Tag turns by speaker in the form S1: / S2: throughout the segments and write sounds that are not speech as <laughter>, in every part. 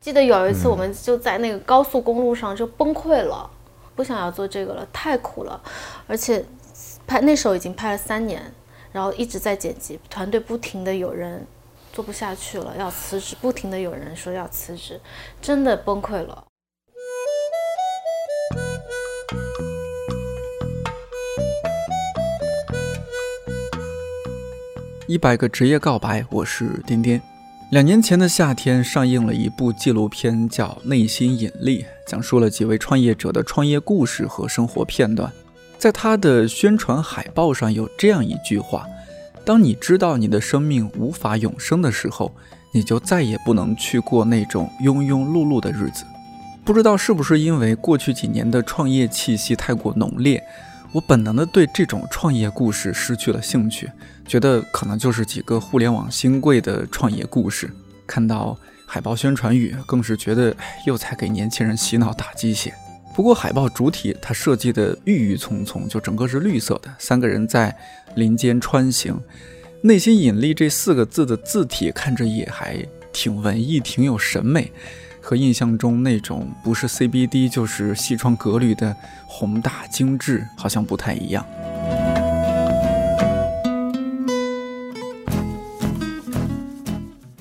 S1: 记得有一次我们就在那个高速公路上就崩溃了，不想要做这个了，太苦了，而且拍那时候已经拍了三年，然后一直在剪辑，团队不停的有人做不下去了要辞职，不停的有人说要辞职，真的崩溃了。
S2: 一百个职业告白，我是颠颠。两年前的夏天，上映了一部纪录片，叫《内心引力》，讲述了几位创业者的创业故事和生活片段。在它的宣传海报上有这样一句话：“当你知道你的生命无法永生的时候，你就再也不能去过那种庸庸碌碌的日子。”不知道是不是因为过去几年的创业气息太过浓烈，我本能的对这种创业故事失去了兴趣，觉得可能就是几个互联网新贵的创业故事。看到海报宣传语，更是觉得哎又在给年轻人洗脑打鸡血。不过海报主体它设计的郁郁葱葱，就整个是绿色的，三个人在林间穿行。内心引力这四个字的字体看着也还挺文艺，挺有审美，和印象中那种不是 CBD 就是西装革履的宏大精致好像不太一样。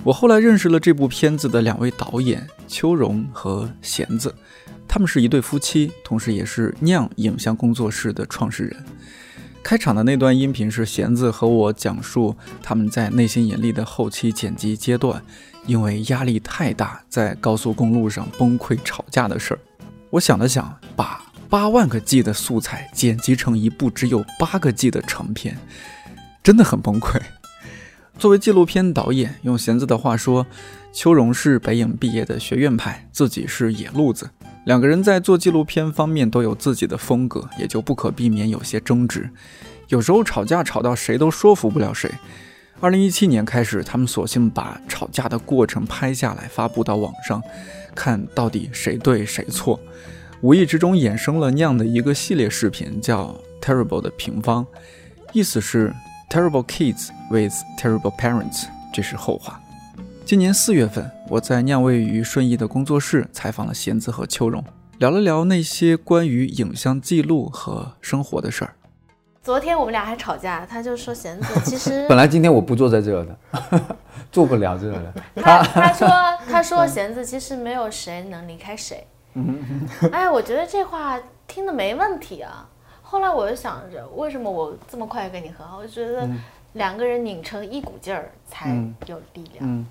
S2: 我后来认识了这部片子的两位导演邱荣和贤子，他们是一对夫妻，同时也是酿影像工作室的创始人。开场的那段音频是贤子和我讲述他们在《内心引力》的后期剪辑阶段，因为压力太大，在高速公路上崩溃吵架的事儿。我想了想，把八万个 G 的素材剪辑成一部只有八个 G 的长片，真的很崩溃。作为纪录片导演，用贤子的话说，邱荣是北影毕业的学院派，自己是野路子。两个人在做纪录片方面都有自己的风格，也就不可避免有些争执，有时候吵架吵到谁都说服不了谁。二零一七年开始，他们索性把吵架的过程拍下来发布到网上，看到底谁对谁错。无意之中衍生了那样的一个系列视频，叫《Terrible 的平方》，意思是 Terrible Kids with Terrible Parents，这是后话。今年四月份，我在酿味于顺义的工作室采访了贤子和秋荣，聊了聊那些关于影像记录和生活的事儿。
S1: 昨天我们俩还吵架，他就说贤子，其实
S3: 本来今天我不坐在这儿的， <laughs> 做不了这儿的。
S1: 他他说他说贤子，其实没有谁能离开谁。哎，我觉得这话听的没问题啊。后来我就想着，为什么我这么快跟你和好？我觉得两个人拧成一股劲儿才有力量。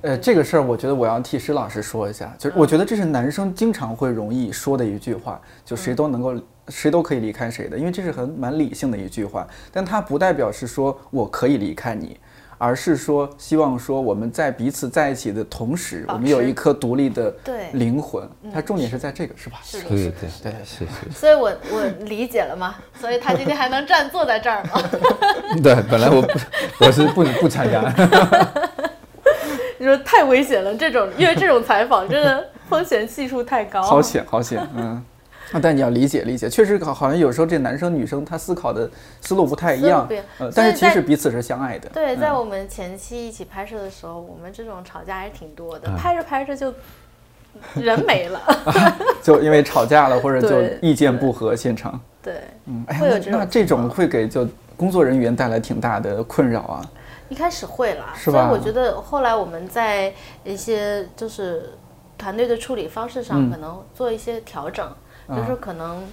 S2: 呃，这个事儿我觉得我要替施老师说一下，
S1: 嗯
S2: 就是我觉得这是男生经常会容易说的一句话，就
S1: 嗯
S2: 谁都能够。谁都可以离开谁的，因为这是很蛮理性的一句话，但它不代表是说我可以离开你，而是说希望说我们在彼此在一起的同时，
S1: 保
S2: 我们有
S1: 持
S2: 一颗独立的
S1: 对嗯
S2: 灵魂。它重点是在这个，是吧？
S1: 是的
S3: 对对
S2: 对
S3: 对，是是，
S1: 所以我我理解了嘛，所以他今天还能站坐在这儿嘛。
S3: 对，本来我不我是不不参加，
S1: <laughs>
S3: <laughs>
S1: 你说太危险了，这种因为这种采访真的风险系数太高。
S2: <laughs> 好险，好险，嗯。啊但你要理解理解，确实好，好像有时候这男生女生他思考的思路不太一
S1: 思路
S2: 样
S1: 不一样，所
S2: 呃，
S1: 以
S2: 但是其
S1: 在
S2: 实彼此是相爱的。嗯
S1: 对，在我们前期一起拍摄的时候，我们这种吵架还是挺多的，拍着拍着就人没了。
S2: 就因为吵架了或者
S1: 对
S2: 就意见不合，现场，
S1: 对，
S2: 嗯，哎呀
S1: 会有，这
S2: 那
S1: 种
S2: 那这种会给就工作人员带来挺大的困扰啊。
S1: 一开始会啦，
S2: 是
S1: 所以
S2: 吧
S1: 我觉得后来我们在一些就是团队的处理方式
S2: 嗯
S1: 上，可能做一些调整，就是说可能。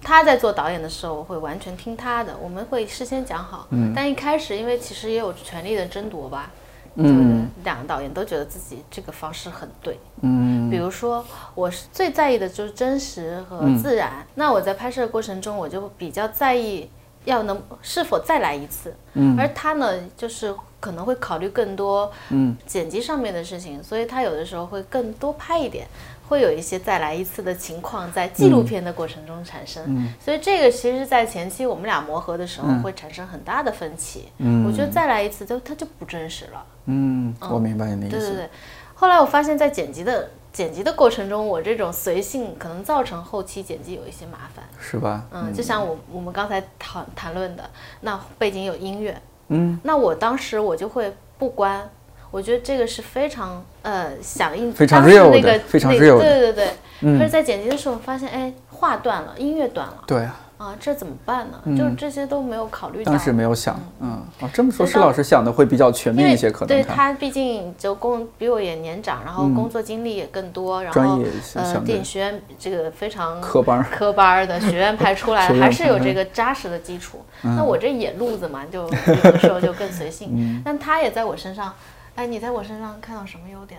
S1: 他在做导演的时候，我会完全听他的，我们会事先讲好。
S2: 嗯
S1: 但一开始，因为其实也有权力的争夺吧，嗯，两个导演都觉得自己这个方式很对，嗯，比如说我是最在意的就是真实和
S2: 嗯
S1: 自然，那我在拍摄的过程中，我就比较在意要能是否再来一次，嗯，而他呢，就是可能会考虑更多，嗯，剪辑上面的事情，所以他有的时候会更多拍一点。会有一些再来一次的情况在纪录片的过程中产生，所以这个其实，在前期我们俩磨合的时候会产生很大的分歧。我觉得再来一次就它就不真实了。
S2: 嗯，我明白你的意
S1: 对对
S2: 思。
S1: 对。后来我发现，在剪辑的剪辑的过程中，我这种随性可能造成后期剪辑有一些麻烦。
S2: 是吧？
S1: 嗯，就像我我们刚才谈谈论的，那背景有音乐，嗯，那我当时我就会不关，我觉得这个是非常呃响应
S2: 非常
S1: 当时
S2: real
S1: 那
S2: 的
S1: 个
S2: 非常
S1: 那个
S2: real 的
S1: 对对对。
S2: 嗯
S1: 可是，在剪辑的时候发现，哎，话断了，音乐断了
S2: 对啊，
S1: 啊，这怎么办呢？
S2: 嗯
S1: 就是这些都没有考虑到。
S2: 当时没有想，嗯，哦，这么说，
S1: 所以
S2: 施
S1: 当
S2: 老师想的会比较全
S1: 因
S2: 面
S1: 为
S2: 一些，可
S1: 对
S2: 能看嗯
S1: 他毕竟就工比我也年长，然后工作经历也更多，然
S2: 专
S1: 后
S2: 业相
S1: 呃电
S2: 相对
S1: 影学院这个非常
S2: 科班儿，
S1: 科班儿的学院派出来
S2: <laughs> 学
S1: 的，
S2: 院
S1: 还是有
S2: 派嗯
S1: 这个扎实的基础。那我这野路子嘛，就有的时候就更随性。
S2: 嗯
S1: <laughs> 但他也在我身上，哎，你在我身上看到什么优点？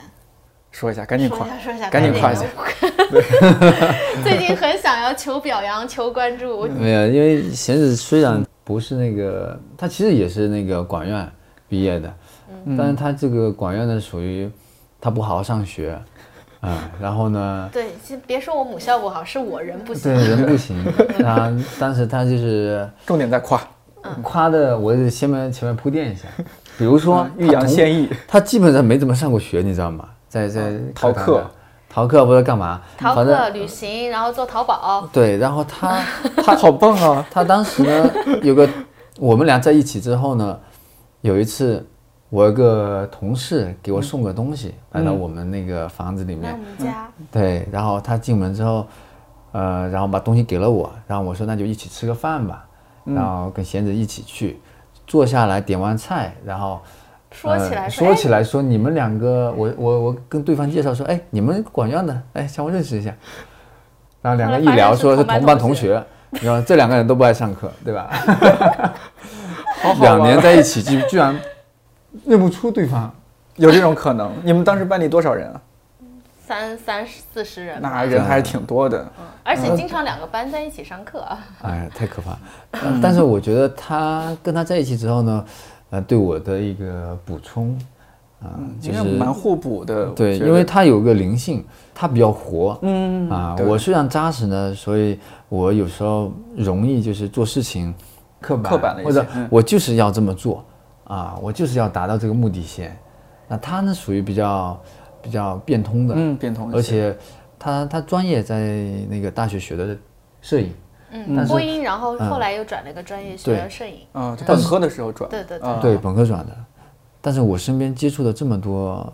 S2: 说一下，赶紧
S1: 说
S2: 夸
S1: 一，下，说一下，
S2: 赶紧夸一下。
S1: <laughs> 最近很想要求表扬、求关注，我
S2: 嗯
S4: 没有，因为贤子虽然不是那个，他其实也是那个管院毕业的，
S3: 嗯
S4: 但是他这个管院呢，属于他不好好上学，
S3: <laughs>
S4: 啊、然后呢，
S1: <laughs> 对，先别说我母校不好，是我人不行
S4: 对。人不行， <laughs> 他当时他就是
S2: 重点在夸，
S4: 夸的，我得先面前面铺垫一下，比如说
S3: 嗯
S2: 欲扬先抑，
S4: 他基本上没怎么上过学，你知道吗？在在
S2: 逃
S4: 课堂
S2: 课
S4: 上，逃课不知道干嘛，
S1: 逃
S4: 反正
S1: 课、旅行，然后做淘宝，
S4: 对，然后
S1: <laughs>
S4: 他
S2: 他好棒啊！
S4: 他当时呢，有个我们俩在一起之后呢，有一次我有个同事给我送个东西、
S1: 嗯
S4: 来到我们那个房子里
S2: 嗯
S1: 来
S4: 面
S1: 我，们家。
S4: 对，然后他进门之后，呃，然后把东西给了我，然后我说那就一起吃个饭吧，然后跟贤子一起去，坐下来点完菜，然后。
S1: 说起来
S2: 嗯
S4: 呃
S1: 说哎
S4: 说起来说，你们两个，我我我跟对方介绍说，哎，你们管院的，哎，相互认识一下。然后两个一聊，说是同班同学，然后这两个人都不爱上课，对吧？
S2: 好好玩
S4: 两年在一起，居居然认不出对方，
S2: <laughs> 有这种可能？你们当时班里多少人啊？
S1: 三三四十人吧，
S2: 那嗯
S4: 嗯
S2: 人还是挺多的。
S1: 而且经常两个班在一起上课。啊
S4: 哎呀，太可怕。呃但是我觉得他跟他在一起之后呢，呃，对我的一个补充，啊、就
S2: 应
S4: 是
S2: 该嗯蛮互补的。
S4: 对，
S2: 我觉
S4: 因为
S2: 得
S4: 他有个灵性，他比较活，
S2: 嗯
S4: 啊，
S2: 对
S4: 我虽然扎实呢，所以我有时候容易就是做事情刻板
S2: 刻板了一些
S4: 或者
S2: 嗯
S4: 我就是要这么做啊，我就是要达到这个目的先。那他呢，属于比较比较变通的，
S2: 嗯变通一些
S4: 而且他他专业在那个大学学的摄影，
S1: 嗯，
S4: 但是
S1: 播音，然后后来又转了一个专业学摄影。
S2: 啊，本科的时候转。
S1: 对对对
S2: 啊
S4: 对，本科转的。但是我身边接触的这么多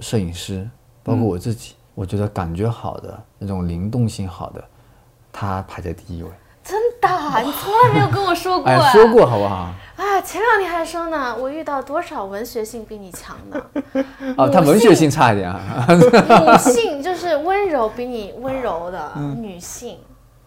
S4: 摄影师，包
S2: 嗯
S4: 括我自己，我觉得感觉好的那种灵动性好的，他排在第一位。
S1: 真的啊，你从来没有跟我说过、
S4: 哎，说过好不好？
S1: 啊！前两天还说呢，我遇到多少文学性比你强的，
S4: <laughs> 啊，他
S1: 母
S4: 文学
S1: 性
S4: 性差一点 <laughs> 啊。
S1: 母性就是温柔比你温柔的
S4: 嗯
S1: 女性，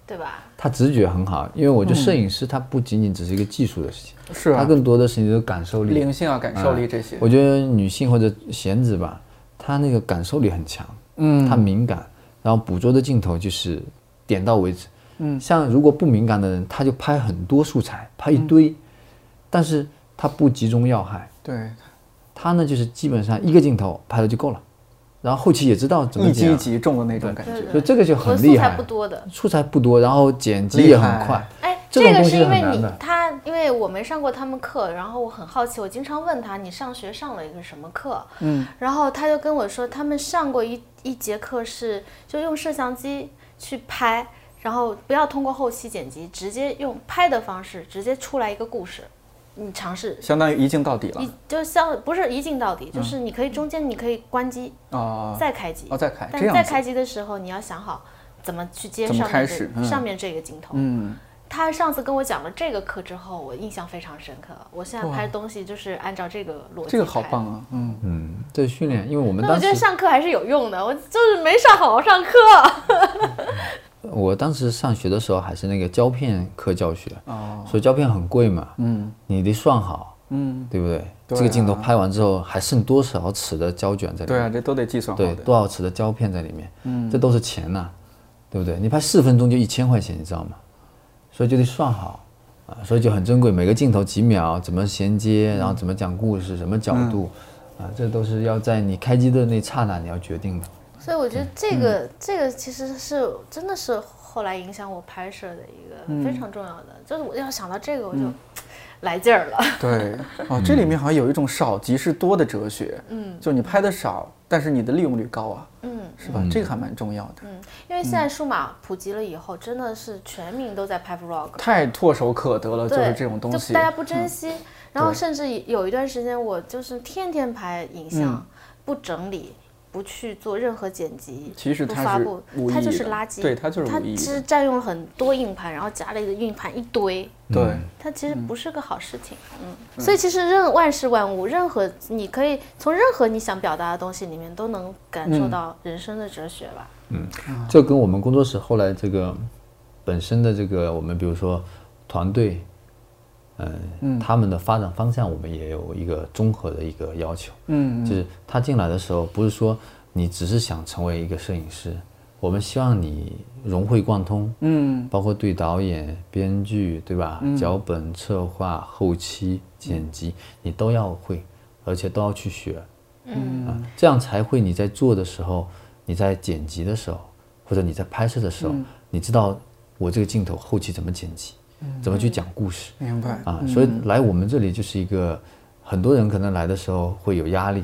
S1: 对吧？
S4: 他直觉很好，因为我觉得摄影师他不仅仅只是一个技术的事情，
S2: 是
S4: 他
S2: 啊，
S4: 更多的事情就是感受力
S2: 灵。性啊，感受力这些。
S4: 哎我觉得女性或者贤子吧，她那个感受力很强，
S2: 嗯
S4: 她敏感，然后捕捉的镜头就是点到为止。嗯，像如果不敏感的人，他就拍很多素材，拍一堆，但是他不集中要害，
S2: 对，
S4: 他呢就是基本上一个镜头拍了就够了，然后后期也知道怎么啊
S2: 一击
S4: 剪
S2: 一
S4: 了，
S2: 击中的那种感觉。
S4: 就这个就
S1: 我
S4: 很
S1: 素
S4: 厉
S1: 材
S4: 害
S1: 不。多的。
S4: 素材不多，然后剪辑
S2: 厉
S4: 也很
S2: 害
S4: 快。
S1: 哎，
S4: 这
S1: 这
S4: 种
S1: 个
S4: 东
S1: 是
S4: 西
S1: 因
S4: 很
S1: 为
S4: 难
S1: 你
S4: 的
S1: 他，因为我没上过他们课，然后我很好奇，我经常问他你上学上了一个什么课，嗯，然后他就跟我说他们上过一一节课是就用摄像机去拍，然后不要通过后期剪辑，直接用拍的方式直接出来一个故事，你尝试。
S2: 相当于一镜到底
S1: 一
S2: 了
S1: 就像不是一镜到底，就是你可以中间你可以关机、
S2: 啊，
S1: 再开机，
S2: 嗯哦再开
S1: 但
S2: 这样
S1: 再
S2: 子
S1: 开机的时候你要想好怎么去接
S2: 怎么
S1: 上
S2: 开
S1: 面这
S2: 始嗯
S1: 上面这个镜头，
S2: 嗯，
S1: 他上次跟我讲了这个课之后，我印象非常深刻。我现在拍东西就是按照这个逻辑。
S2: 这个好棒！啊，嗯，
S4: 嗯，这是训练，因为我们
S1: 那我
S4: 当
S1: 觉得
S4: 时
S1: 上课还是有用的，我就是没上好好上课。
S4: 我当时上学的时候还是那个胶片课教学，
S2: 哦，
S4: 所以胶片很贵嘛，
S2: 嗯
S4: 你得算好，
S2: 嗯，
S4: 对不对？
S2: 对啊
S4: 这个镜头拍完之后还剩多少尺的胶卷在里
S2: 对啊，
S4: 面？
S2: 这都得计算好
S4: 对，
S2: 的。
S4: 多少尺的胶片在里面？嗯，这都是钱呐、对不对？你拍四分钟就一千块钱，你知道吗？所以就得算好啊，所以就很珍贵。每个镜头几秒，怎么衔接，然后怎么讲故事，什么角度，
S2: 嗯
S4: 啊，这都是要在你开机的那刹那你要决定的。
S1: <laughs> 所以我觉得这个、
S2: 嗯
S1: 这个其实是真的是后来影响我拍摄的一
S2: 嗯
S1: 个非常重要的，就是我要想到这个我就来劲儿了。 <laughs>
S2: 对，哦，这里面好像有一种少即是多的哲学，嗯，就你拍的少，但是你的利用率高啊，
S1: 嗯，
S2: 是吧？这个还蛮重要的，
S1: 因为现
S2: 嗯
S1: 在数码普及了以后，真的是全民都在拍 vlog，
S2: 太唾手可得了，就是
S1: 对，
S2: 这种东西嗯
S1: 就大，家不珍惜。然后甚至有一段时间，我就是天天拍影像，
S2: 嗯
S1: 不整理，不去做任何剪辑，
S2: 其实
S1: 不
S2: 它
S1: 发
S2: 是
S1: 布
S2: 无，
S1: 它
S2: 意义
S1: 就是
S2: 的
S1: 垃圾，
S2: 对它就是
S1: 它
S2: 无意义
S1: 其
S2: 的
S1: 实占用了很多硬盘，然后夹了一个硬盘一堆，
S2: 对，
S4: 嗯
S1: 它其实不是个好事情，嗯，所以其实任万事万物，任何你可以从任何你想表达的东西里面都能感
S2: 嗯
S1: 受到人生的哲学吧，
S4: 这跟我们工作室后来这个本身的这个，我们比如说团队，嗯，他们的发展方向，我们也有一个综合的一个要求。嗯，就是他进来的时候，不是说你只是想成为一个摄影师，我们希望你融会贯通。嗯，包括对导演、编剧，对吧？脚本、策划、后期、剪辑，你都要会，而且都要去学。啊，这样才会你在做的时候，你在剪辑的时候，或者你在拍摄的时候，你知道我这个镜头后期怎么剪辑，怎么去讲故事
S2: 明白。
S4: 啊。所以来我们这里就是一个，很多人可能来的时候会有压力，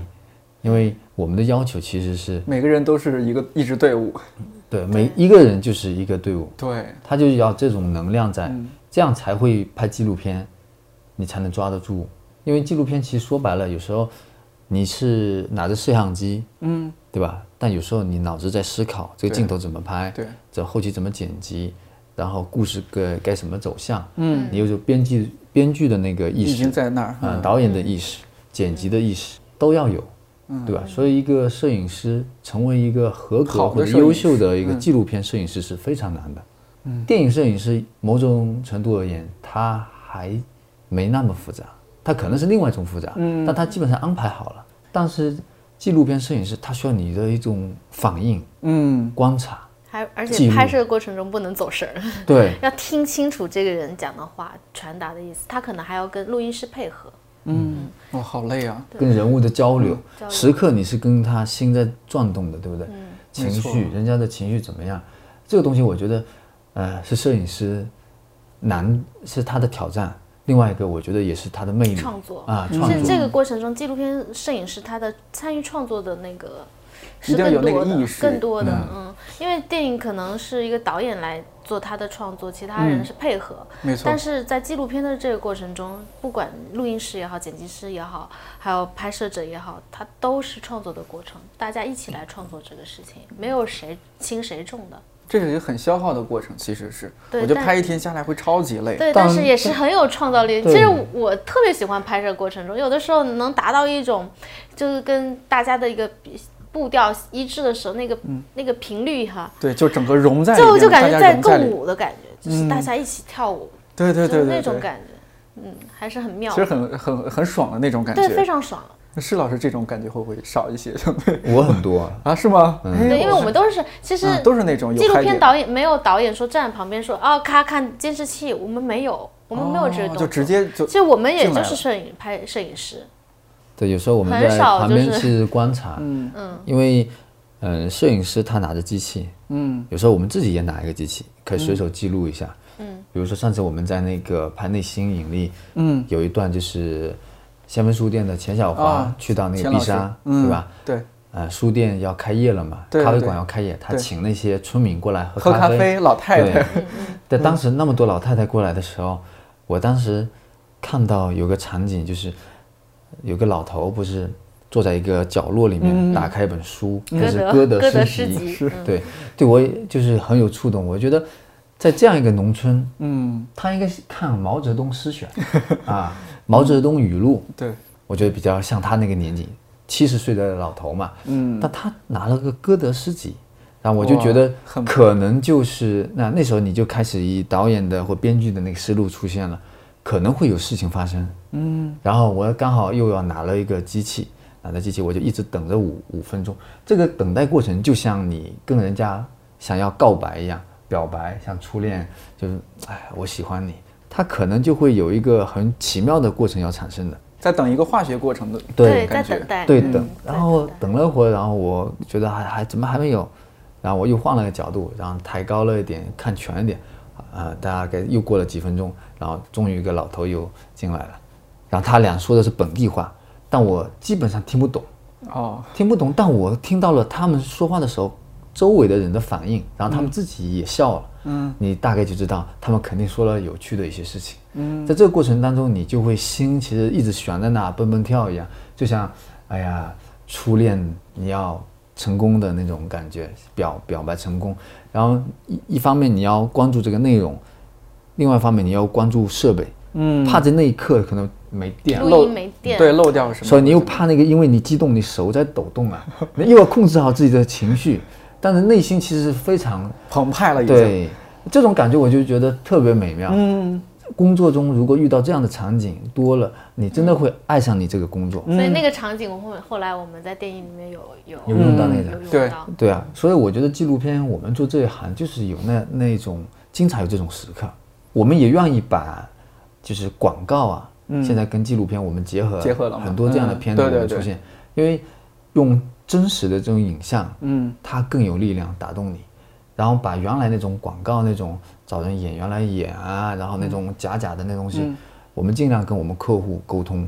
S4: 因为我们的要求其实是
S2: 每个人都是一个一支队伍，
S4: 对每一个人就是一个队伍，
S2: 对，
S4: 他就要这种能量在，这样才会拍纪录片，你才能抓得住。因为纪录片其实说白了，有时候你是拿着摄像机，嗯，对吧？但有时候你脑子在思考这个
S2: 对
S4: 镜头怎么拍，
S2: 对，
S4: 这后期怎么剪辑，然后故事该该什么走向，嗯，你有种编剧编剧的那个意
S2: 已
S4: 识，
S2: 经在那儿。
S4: 啊、导演的意识、剪辑的意识都要有，
S2: 嗯
S4: 对吧？所以一个摄影师成为一个合格
S2: 好的
S4: 或者
S2: 摄影师嗯
S4: 优秀的一个纪录片摄影师是非常难的。电影摄影师某种程度而言，他还没那么复杂，他可能是另外一种复杂，
S2: 嗯
S4: 但他基本上安排好了。但是纪录片摄影师，他需要你的一种反应、
S2: 嗯，
S4: 观
S2: <laughs>
S4: 察，
S1: 还而
S4: 记
S1: 且
S4: 录
S1: 拍摄的过程中不能走神儿。
S4: 对，
S1: 要听清楚这个人讲的话传达的意思，他可能还要跟录音师配合。
S4: 嗯
S2: 哇，好累啊！
S4: 跟人物的交流，
S2: 嗯
S1: 交流
S4: 时刻你是跟他心在转动的，对不对？情
S2: 没
S4: 绪，人家的情绪怎么样？这个东西我觉得，呃，是摄影师难，是他的挑战。另外一个，我觉得也是他的魅力，
S1: 创作
S4: 啊，
S2: 嗯
S1: 其
S4: 创
S1: 实
S4: 作
S1: 这个过程中，纪录片摄影师他的参与创作的那个是
S2: 一定
S1: 更
S2: 要有那
S1: 多
S2: 个意
S1: 的，
S2: 识
S1: 更多的，嗯，因为电影可能是一个导演来做他的创作，其他人是配合。
S2: 嗯没错
S1: 但，是在纪录片的这个过程中，不管录音师也好，剪辑师也好，还有拍摄者也好，他都是创作的过程，大家一起来创作这个事情，没有谁轻谁重的。
S2: 这是一个很消耗的过程，其实是，
S1: 对
S2: 我觉得
S1: 但
S2: 拍一天下来会超级累。
S1: 对，
S4: 当
S1: 但是也是很有创造力。
S4: 对
S1: 其实我特别喜欢拍摄过程中，有的时候能达到一种，就是跟大家的一个比步调一致的时候，那个、那个频率哈，
S2: 对，就整个融嗯在里
S1: 就
S2: 面
S1: 就感觉
S2: 大家融在
S1: 共
S2: 里
S1: 舞的感觉，就是大家一起跳舞，
S2: 对对对
S1: 就是那
S2: 对
S1: 种
S2: 对，
S1: 感觉，嗯，还是很妙
S2: 其实，很很很爽的那种感
S1: 对，非
S2: 觉。
S1: 常爽。
S2: 施老师这种感觉会不会少一些？相对
S4: 我很多啊，
S2: 啊，是吗？
S1: 对，因为我
S2: 们
S1: 们都是其实、
S2: 啊嗯都是那种有
S1: 纪录
S2: 嗨
S1: 片
S2: 点
S1: 导演没有导演说站在旁边说啊咔看监视器，我们没有，我们没有这个
S2: 哦
S1: 动
S2: 就
S1: 作。
S2: 直接就
S1: 其实我们也
S2: 进来
S1: 就是
S2: 了
S1: 摄影拍摄影师，
S4: 对，有时候我们
S1: 很
S4: 在
S1: 少
S4: 旁
S1: 就
S4: 边
S1: 是
S4: 是观察，嗯嗯，因为，嗯、摄影师他拿着机器，嗯，有时候我们自己也拿一个机器，可以随手记录一下，嗯，比如说上次我们在那个拍《内心引力》，嗯，有一段就是香氛书店的钱小华
S2: 啊
S4: 去到那个
S2: 钱
S4: 碧
S2: 老师
S4: 沙，
S2: 嗯
S4: 对吧？
S2: 对，
S4: 呃，书店要开业了嘛，
S2: 对
S4: 咖啡
S2: 对
S4: 馆要开业，他
S2: 对
S4: 请那些村民过来
S2: 喝咖
S4: 咖
S2: 啡，老太
S4: 对
S1: 嗯
S2: 太，，
S4: <laughs> 在当时那么多老太太过来的时候，我当时看到有个场景，就是有个老头不是坐在一个角落里面，
S2: 嗯
S4: 打开一本书，那是
S1: 歌德
S4: 德
S1: 歌德
S4: 诗
S1: 诗集是嗯
S4: 对，对我也就是很有触动。我觉得在这样一个农村，
S2: 嗯，
S4: 他应该是看毛泽东诗选 <laughs> 啊，毛泽东语录，
S2: 对，
S4: 我觉得比较像他那个年纪，七十岁的老头嘛，嗯，哦但他拿了个歌德诗集，然后我就觉得
S2: 哇很
S4: 可能就是那那时候你就开始以导演的或编剧的那个思路出现了，可能会有事情发生，嗯，然后我刚好又要拿了一个机器，拿着机器我就一直等着五五分钟，这个等待过程就像你跟人家想要告白一样，表白像初恋，就是哎我喜欢你，他可能就会有一个很奇妙的过程要产生的。
S2: 在等一个化学过程的
S4: 对
S1: 在
S2: 感觉
S1: 等待，
S4: 对
S1: 嗯
S4: 等，
S1: 在
S4: 然后
S1: 待
S4: 等了一会儿，然后我觉得还还怎么还没有，然后我又换了个角度，然后抬高了一点，看全一点，啊、大概又过了几分钟，然后终于一个老头又进来了，然后他俩说的是本地话，但我基本上听不懂，
S2: 哦，
S4: 听不懂，但我听到了他们说话的时候，周围的人的反应，然后他们自己也笑了，嗯，你大概就知道他们肯定说了有趣的一些事情，嗯，在这个过程当中，你就会心其实一直悬在那蹦蹦跳一样，就像哎呀，初恋你要成功的那种感觉，表表白成功。然后一一方面你要关注这个内容，另外一方面你要关注设备，嗯，怕在那一刻可能没电了。
S1: 录音没电，
S2: 对，漏掉什么？
S4: 所以你又怕那个，因为你激动，你手在抖动啊， <laughs> 你又要控制好自己的情绪，但是内心其实是非常
S2: 澎湃了已经。
S4: 对这种感觉，我就觉得特别美妙。嗯，工作中如果遇到这样的场景多了，你真的会爱上你这个工作。
S1: 所以那个场景，我后面后来我们在电影里面有有
S4: 嗯有用到那个
S1: 有用
S2: 对
S1: 到
S4: 对啊，所以我觉得纪录片我们做这一行就是有那那种经常有这种时刻，我们也愿意把就是广告啊，现在跟纪录片我们结合
S2: 嗯结合了嘛
S4: 很多这样的
S2: 嗯
S4: 片子
S2: 对
S4: 我
S2: 对
S4: 们
S2: 对
S4: 出现，因为用真实的这种影像，
S2: 嗯，
S4: 它更有力量打动你，然后把原来那种广告那种找人演员来演啊，然后那种假假的那东西，
S2: 嗯
S4: 我们尽量跟我们客户沟通，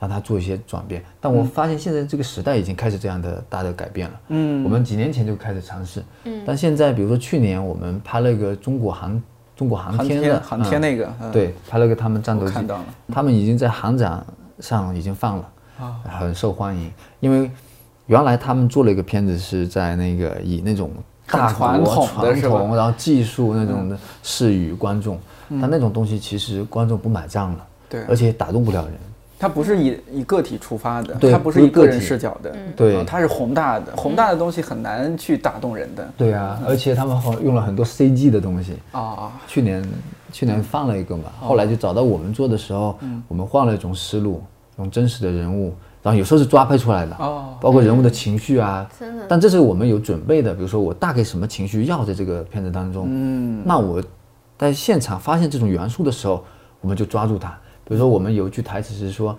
S4: 让他做一些转变。但
S2: 嗯
S4: 我发现现在这个时代已经开始这样的大的改变了。嗯，我们几年前就开始尝试，嗯，但现在比如说去年我们拍了一个中国航中国航
S2: 航
S4: 天
S2: 天
S4: 的
S2: 航天
S4: 嗯
S2: 那个，嗯，
S4: 对，拍了个他们战斗
S2: 我
S4: 机
S2: 看到了，
S4: 他们已经在航展上已经放了，很受欢迎。因为原来他们做了一个片子是在那个以那种
S2: 很
S4: 大
S2: 传
S4: 国
S2: 统的
S4: 传
S2: 是吧
S4: 统，然后技术那种的视与观众，但那种东西其实观众不买账了，
S2: 对
S4: 而且打动不了人。
S2: 它不是以以个体出发的，
S4: 对
S2: 它不是
S4: 不
S2: 以
S4: 是个
S2: 个人
S4: 体
S2: 视角的，
S4: 对
S2: 嗯它是宏大的，宏大的东西很难去打动人的
S4: 对啊，而且他们好用了很多 CG 的东西，
S2: 啊。
S4: 去年去年放了一个嘛，后来就找到我们做的时候，我们换了一种思路，用真实的人物，然后有时候是抓拍出来的，
S2: 哦
S4: 包括人物的情绪啊，
S1: 真的
S4: 但这是我们有准备的，比如说我大概什么情绪要在这个片子当中，嗯，那我在现场发现这种元素的时候，我们就抓住它。比如说我们有一句台词是说，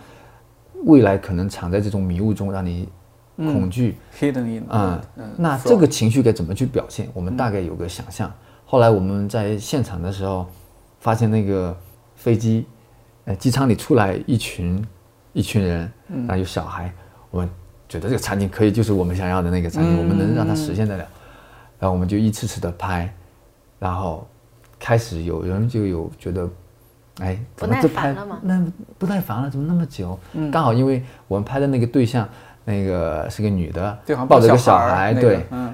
S4: 未来可能藏在这种迷雾中，让你恐惧。
S2: Hidden in，
S4: 嗯，那这个情绪该怎么去表现？我们大概有个想象。后来我们在现场的时候，发现那个飞机，呃，机舱里出来一群一群人，
S1: 嗯
S4: 然后有小孩，我们觉得这个场景可以，就是我们想要的那个
S1: 嗯
S4: 场景，我们能让它实现得了。然后我们就一次次的拍，然后开始有人就有觉得，哎，怎么
S1: 不耐
S4: 这
S1: 烦
S4: 拍
S1: 了吗嗯
S4: 那不耐烦了，怎么那么久？刚好因为我们拍的那个对象，那个是个女的，
S2: 对，好像
S4: 抱着一个
S2: 小
S4: 小
S2: 儿
S4: 孩，
S2: 那个哦
S4: 对，
S2: 嗯，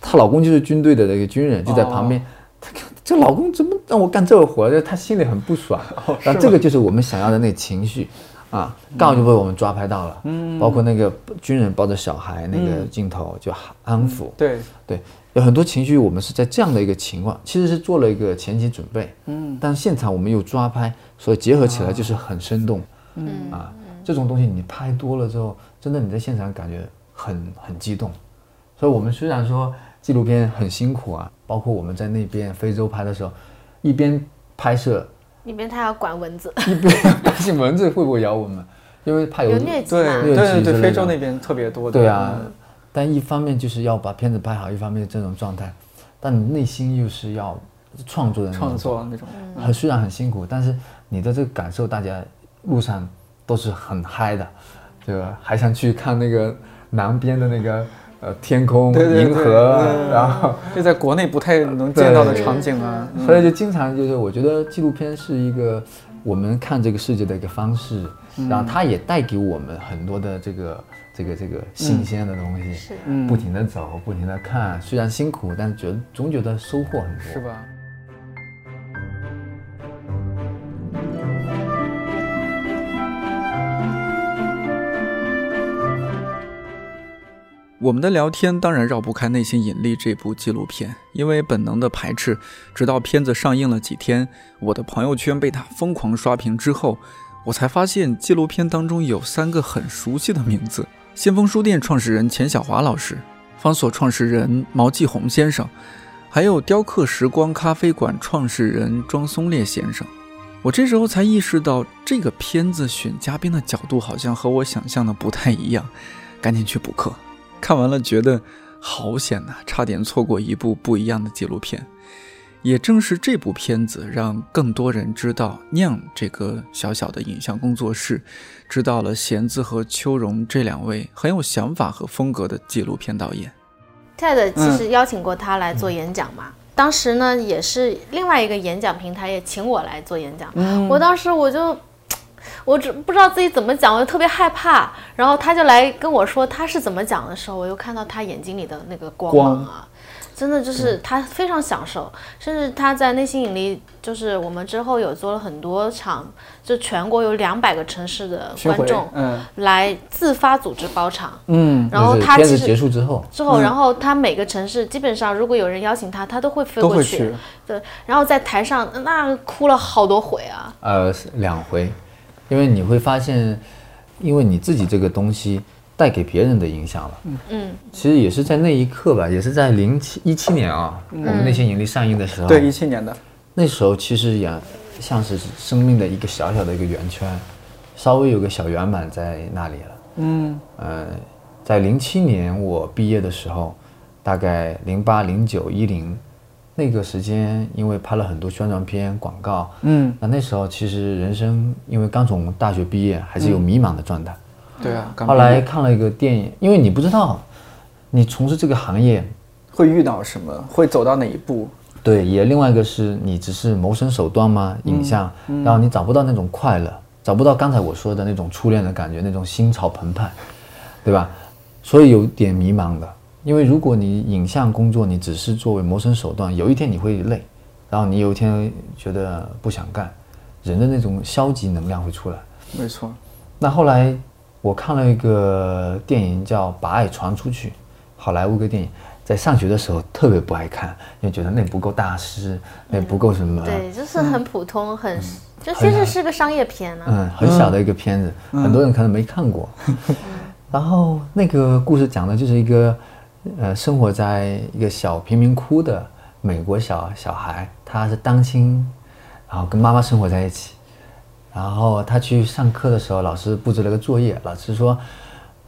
S4: 她老公就是军队的那个军人，就在旁边。她这老公怎么让我干这活儿？就她心里很
S2: <laughs>
S4: 不爽。
S2: 哦
S4: 然后这个就是我们想要的那情绪啊，
S2: 嗯
S4: 刚好就被我们抓拍到了。嗯，包括那个军人抱着小孩那
S2: 嗯
S4: 个镜头就安抚。
S2: 对，
S4: 对，有很多情绪，我们是在这样的一个情况，其实是做了一个前期准备，嗯，但现场我们又抓拍，所以结合起来就是很生动，嗯啊，这种东西你拍多了之后，真的你在现场感觉很很激动，所以我们虽然说纪录片很辛苦啊，包括我们在那边非洲拍的时候，一边拍摄 <coughs>
S1: 里面他要管蚊子，
S4: 一边担心蚊子会不会咬我们，因为怕有
S1: 有疟疾
S2: 对，
S1: 嘛，
S2: 对，
S4: 疟
S2: 对，
S4: 疾之
S2: 对，
S4: 类
S2: 非
S4: 的
S2: 洲那边特别多的，
S4: 对啊
S2: 嗯，，
S4: 但一方面就是要把片子拍好，一方面这种状态，但你内心又是要创作的那种
S2: 创，作那种，
S4: 很虽然很辛苦，但是你的这个感受，大家路上都是很嗨的，对吧？还想去看那个南边的那个呃天空、
S2: 对对对
S4: 银河，然后
S2: <laughs> 这在国内不太能见到的场景啊。
S4: 所以就经常就是，我觉得纪录片是一个我们看这个世界的一个方式，
S2: 嗯
S4: 然后它也带给我们很多的这个这个这个新鲜的东
S1: <laughs>
S4: 西，
S1: 是
S2: 嗯
S4: 不停的走，不停的看，虽然辛苦，但是觉得总觉得收获很多，
S2: 是？吧？我们的聊天当然绕不开《内心引力》这部纪录片，因为本能的排斥，直到片子上映了几天，我的朋友圈被它疯狂刷屏之后，我才发现纪录片当中有三个很熟悉的名字：先锋书店创始人钱小华老师、方所创始人毛继红先生，还有雕刻时光咖啡馆创始人庄松烈先生。我这时候才意识到，这个片子选嘉宾的角度好像和我想象的不太一样，赶紧去补课。看完了觉得好险呐、差点错过一部不一样的纪录片。也正是这部片子，让更多人知道酿这个小小的影像工作室，知道了贤子和秋荣这两位很有想法和风格的纪录片导演。
S1: 泰的其实邀请过他来做演讲嘛，当时呢，也是另外一个演讲平台也请我来做演讲，我当时我就。我只不知道自己怎么讲，我就特别害怕。然后他就来跟我说他是怎么讲的时候，我又看到他眼睛里的那个光芒啊，真的就是他非常享受，甚至他在内心引力，就是我们之后有做了很多场，就全国有两百个城市的
S2: 巡
S1: 观
S2: 回
S1: 众，
S2: 嗯，
S1: 来自发组织包场，
S2: 嗯，
S1: 然后
S4: 就是
S1: 他
S4: 片
S1: 其
S4: 子结
S1: 实
S4: 束之后，
S1: 之后，然后他每个城市基本上如果有人邀请他，他都会飞
S2: 都
S1: 过
S2: 会
S1: 去，
S2: 去
S1: 对，然后在台上那哭了好多回啊，
S4: 呃，是两回，因为你会发现，因为你自己这个东西带给别人的影响了。嗯
S1: 嗯，
S4: 其实也是在那一刻吧，也是在零七一七年啊，我们那些盈利上映的时候，
S2: 嗯对，一七年的，
S4: 那时候其实也像是生命的一个小小的一个圆圈，稍微有个小圆满在那里了。
S2: 嗯
S4: 呃，在零七年我毕业的时候，大概零八、零九、一零那个时间，因为拍了很多宣传片、广告，
S2: 嗯，
S4: 那那时候其实人生因为刚从大学毕业，还是有迷茫的状态。
S2: 对啊，嗯刚
S4: 后
S2: 毕业
S4: 来看了一个电影，因为你不知道你从事这个行业，
S2: 会遇到什么，会走到哪一步，
S4: 对，也另外一个是你只是谋生手段吗？影像，然后你找不到那种快乐，找不到刚才我说的那种初恋的感觉，那种心潮澎湃，对吧？所以有点迷茫的，因为如果你影像工作，你只是作为谋生手段，有一天你会累，然后你有一天觉得不想干，人的那种消极能量会出来。
S2: 没错，
S4: 那后来我看了一个电影叫《把爱传出去》，好莱坞个电影，在上学的时候特别不爱看，因为觉得那不够大师，那不够什么，
S1: 嗯对，就是很普通，很就其实是个商业片啊。
S4: 嗯，很小的一个片子，很多人可能没看过。然后那个故事讲的就是一个，呃，生活在一个小贫民窟的美国小小孩，他是单亲，然后跟妈妈生活在一起。然后他去上课的时候，老师布置了个作业，老师说，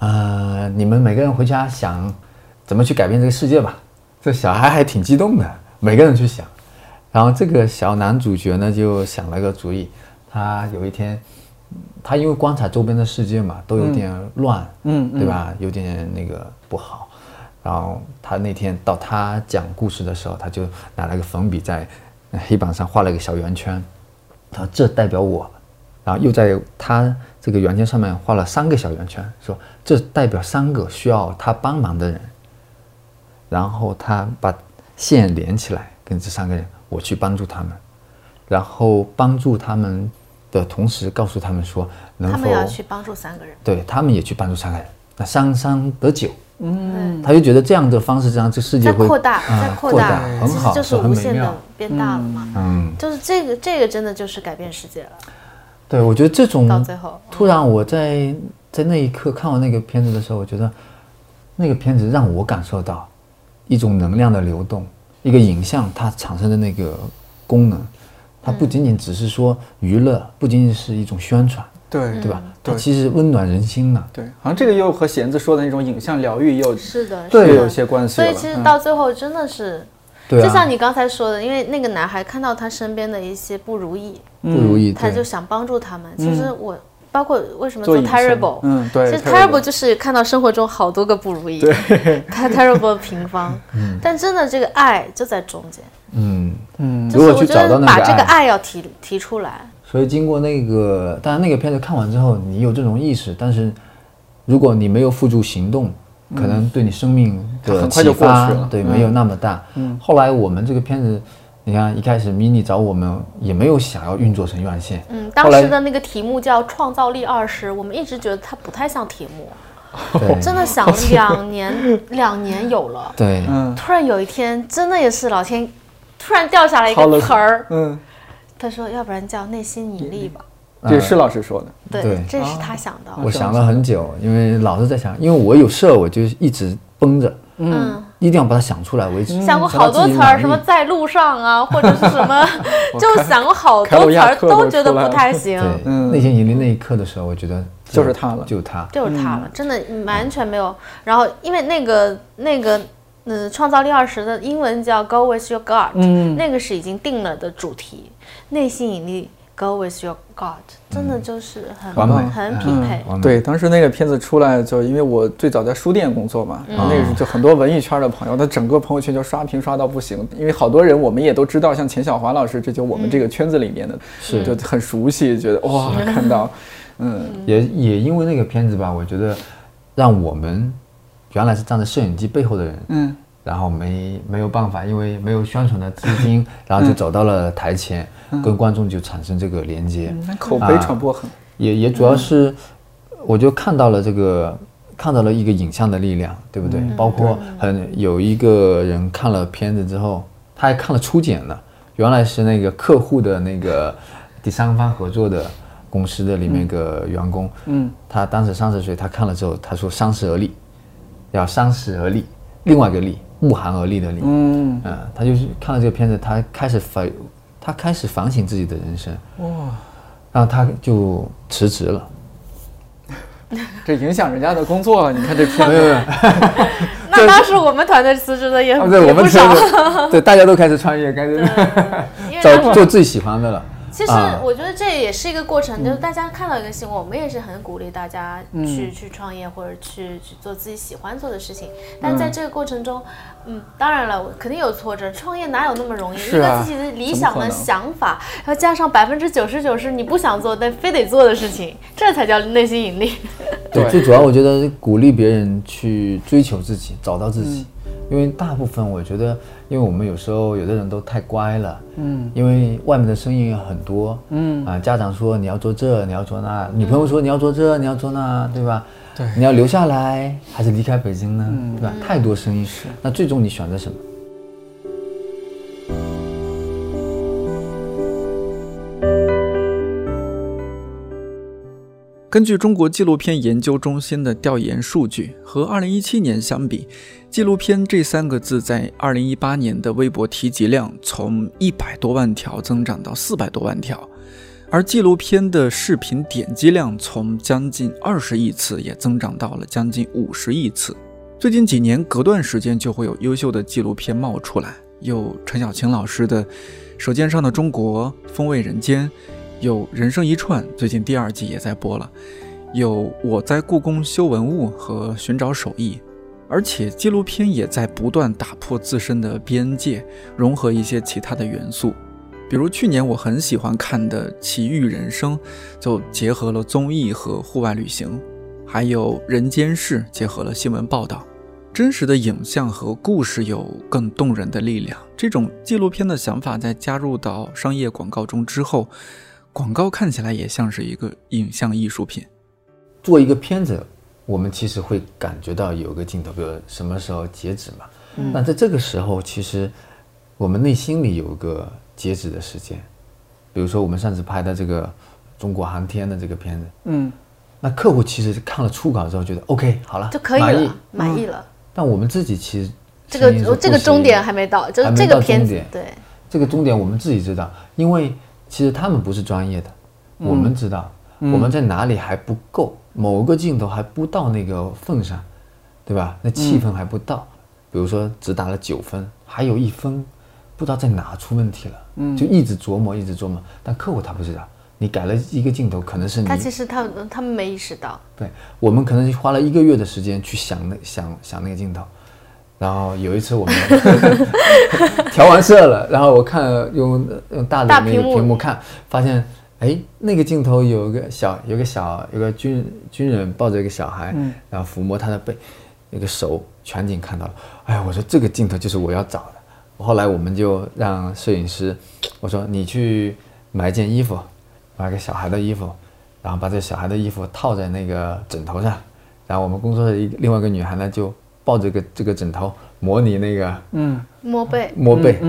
S4: 呃，你们每个人回家想怎么去改变这个世界吧。这小孩还挺激动的，每个人去想。然后这个小男主角呢，就想了个主意，他有一天，嗯他因为观察周边的世界嘛，都有点乱，
S2: 嗯
S4: 对吧？有点那个不好。然后他那天到他讲故事的时候，他就拿了个粉笔在黑板上画了一个小圆圈，然后这代表我，然后又在他这个圆圈上面画了三个小圆圈，说这代表三个需要他帮忙的人。然后他把线连起来，跟这三个人，我去帮助他们，然后帮助他们的同时，告诉他们说，能
S1: 他
S4: 否
S1: 们要去帮助三个人，
S4: 对他们也去帮助三个人，那三三得九，
S1: 嗯，
S4: 他就觉得这样的方式，这样这世界
S1: 再
S4: 会
S1: 扩大，再
S4: 啊
S1: 扩
S4: 大，很
S1: 其实
S4: 好，
S1: 就是
S4: 很
S1: 无
S4: 美
S1: 限
S4: 妙
S1: 的。变大了嘛。
S4: 嗯，
S1: 就是这个，这个真的就是改变世界了。
S4: 对，我觉得这种
S1: 到最后
S4: 突然我在在那一刻看完那个片子的时候，我觉得那个片子让我感受到一种能量的流动，一个影像它产生的那个功能，它不仅仅只是说娱乐，不仅仅是一种宣传，
S2: 对
S4: 嗯对吧？它
S2: 嗯对
S4: 其实温暖人心呢。
S2: 对，好像这个又和弦子说的那种影像疗愈又
S1: 是的，
S2: 又
S1: 是
S2: 有
S1: 的。
S2: 些关系
S1: 所
S2: 了。嗯
S1: 以其实到最后真的是，
S4: 对
S1: 就像
S4: 啊，
S1: 你刚才说的，因为那个男孩看到他身边的一些不如意，
S4: 不如意，
S1: 嗯
S4: 嗯
S1: 他
S4: 对
S1: 就想帮助他们。其实我包括为什么
S2: 做
S1: 做
S2: 影像
S1: terrible，
S2: 嗯对
S1: 其实
S2: terrible
S1: terrible 就是看到生活中好多个不如意，
S4: <laughs>
S1: 他 terrible 的平方，但真的这个爱就在中间。
S4: 嗯，
S2: 嗯
S1: 就是
S4: 如果
S1: 我
S4: 去
S1: 觉
S4: 找
S1: 得
S4: 到那
S1: 把
S4: 个
S1: 这个
S4: 爱
S1: 爱要提提出来，
S4: 所以经过那个，当然那个片子看完之后，你有这种意识，但是如果你没有付诸行动，可能对你生命
S2: 它
S4: 的
S2: 嗯很快
S4: 启
S2: 就过去
S4: 发，
S2: 了
S4: 对，
S2: 嗯
S4: 没有那么大。后来我们这个片子，你看一开始 mini 找我们也没有想要运作成院线，
S1: 嗯，
S4: 后
S1: 当
S4: 来
S1: 时的那个题目叫“创造力二十”，我们一直觉得它不太像题目，
S2: 哦
S4: 对
S1: 真的
S4: <laughs>
S1: 想两年，两年有了，
S4: 对，
S2: 嗯
S1: 突然有一天，真的也是老天突然掉下来一
S2: 掏了
S1: 个词儿，
S2: 嗯，
S1: 他说：“要不然叫内心引力吧。
S2: 这是施老师说的。”
S1: 对
S4: 对，
S1: 这是他想到的。
S4: 我想了很久，因为老是在想，因为我有事儿我就一直绷着，
S1: 嗯，
S4: 一定要把它想出来为止，
S1: 想过
S4: 嗯想到
S1: 好多
S4: 自己
S1: 词儿，
S4: 满
S1: 什么
S4: 意
S1: 在路上啊，或者是什么，就想过好
S2: 凯鲁
S1: 多词
S2: 亚
S1: 儿，
S2: 克
S1: 都
S2: 都
S1: 觉得
S2: 出来
S1: 不
S2: 了
S1: 太行。
S4: 对，
S2: 嗯
S4: 那天引力那一刻的时候，我觉得
S2: 就是它了
S4: 就它。
S1: 就是他了，真的完全没有。然后因为那个那个，嗯、创造力二十的英文叫 Go with your gut，、那个是已经定了的主题，内心引力 Go with your God，真的就是很
S4: 完美
S1: 很匹配。
S4: 完美
S2: 嗯对，当时那个片子出来，就因为我最早在书店工作嘛，
S1: 嗯
S2: 然后那个时候就很多文艺圈的朋友，他整个朋友圈就刷屏刷到不行，因为好多人我们也都知道，像钱小华老师，这就
S1: 嗯
S2: 我们这个圈子里面的，
S4: 是
S2: 就很熟悉，觉得哇，看到，嗯
S4: 也也因为那个片子吧，我觉得让我们原来是站在摄影机背后的人，
S2: 嗯
S4: 然后没没有办法，因为没有宣传的资金，然后就走到了台前，跟观众就产生这个连接。
S2: 嗯，口碑传播很，
S4: 也也主要是，我就看到了这个，看到了一个影像的力量，对不对？包括很有一个人看了片子之后，他还看了初剪呢，原来是那个客户的那个第三方合作的公司的里面一个员工，
S2: 嗯，
S4: 他当时三十岁，他看了之后，他说三十而立，要三十而立，另外一个立，慕寒而立的立，
S2: 嗯，
S4: 嗯，他就是看了这个片子，他开始反，他开始反省自己的人生，
S2: 哇，
S4: 然后他就辞职了。
S2: 这影响人家的工作了，你看这片
S4: 没有
S2: 子，
S4: 没有，
S1: 那当时我们团队辞职的也
S4: 啊对，
S1: 也
S4: 我们
S1: 不
S4: 辞
S1: 少， <laughs>
S4: 职，对，大家都开始创业，开始
S1: 因为当时
S4: 找做自己喜欢的了。
S1: 其实
S4: 啊嗯
S1: 我觉得这也是一个过程，就是大家看到一个新闻，我们也是很鼓励大家去、去创业或者去去做自己喜欢做的事情。但在这个过程中，嗯，当然了，我肯定有挫折，创业哪有那么容易？
S2: 是啊
S1: 一个自己的理想
S2: 怎么
S1: 的
S2: 可能
S1: 想法，然后加上百分之九十九是你不想做但非得做的事
S4: <laughs>
S1: 情，这才叫内心引力。
S4: 对，
S2: 对
S4: 最主要我觉得鼓励别人去追求自己，找到自己，因为大部分我觉得，因为我们有时候有的人都太乖了，嗯，因为外面的声音很多，嗯啊，家长说你要做这，你要做那，女朋友说你要做这，你要做那，对吧？对，你要留下来还是离开北京呢？对吧？太多声音，是那最终你选择什么？
S2: 根据中国纪录片研究中心的调研数据，和2017年相比，纪录片这三个字在2018年的微博提及量从一百多万条增长到四百多万条，而纪录片的视频点击量从将近二十亿次也增长到了将近五十亿次。最近几年，隔段时间就会有优秀的纪录片冒出来，有陈小青老师的《舌尖上的中国》《风味人间》，有《人生一串》，最近第二季也在播了，有《我在故宫修文物》和《寻找手艺》，而且纪录片也在不断打破自身的边界，融合一些其他的元素。比如去年我很喜欢看的《奇遇人生》，就结合了综艺和户外旅行，还有人间世结合了新闻报道，真实的影像和故事有更动人的力量。这种纪录片的想法在加入到商业广告中之后，广告看起来也像是一个影像艺术品。
S4: 做一个片子，我们其实会感觉到有一个镜头，比如什么时候截止嘛。
S1: 嗯
S4: 那在这个时候，其实我们内心里有一个截止的时间。比如说我们上次拍的这个中国航天的这个片子，
S2: 嗯，
S4: 那客户其实看了初稿之后觉得 OK 好了
S1: 就可以
S4: 满意嗯
S1: 了，，满意了。
S4: 但我们自己其实
S1: 这个
S4: 声音是
S1: 我这个
S4: 不行
S1: 终点还没到，就是
S4: 还没
S1: 这个
S4: 到
S1: 片
S4: 终
S1: 子
S4: 点
S1: 对。
S4: 这个终点我们自己知道，因为其实他们不是专业的，我们知道、我们在哪里还不够，某个镜头还不到那个份上，对吧？那气氛还不到，比如说只打了九分，还有一分，不知道在哪出问题了，就一直琢磨，一直琢磨，但客户他不知道，你改了一个镜头，可能是你
S1: 他其实他他们没意识到，
S4: 对，我们可能花了一个月的时间去想那想想那个镜头，然后有一次我们调完色了，然后我看了用呃用大的
S1: 大
S4: 那
S1: 屏
S4: 个
S1: 幕
S4: 屏幕看，发现哎那个镜头有个小有个小有个军军人抱着一个小孩，然后抚摸他的背，有个手全景看到了，哎呀，我说这个镜头就是我要找的。后来我们就让摄影师，我说你去买件衣服，买个小孩的衣服，然后把这小孩的衣服套在那个枕头上，然后我们工作的一另外一个女孩呢就抱着个这个枕头模拟那个
S1: 摸背
S4: 摸背，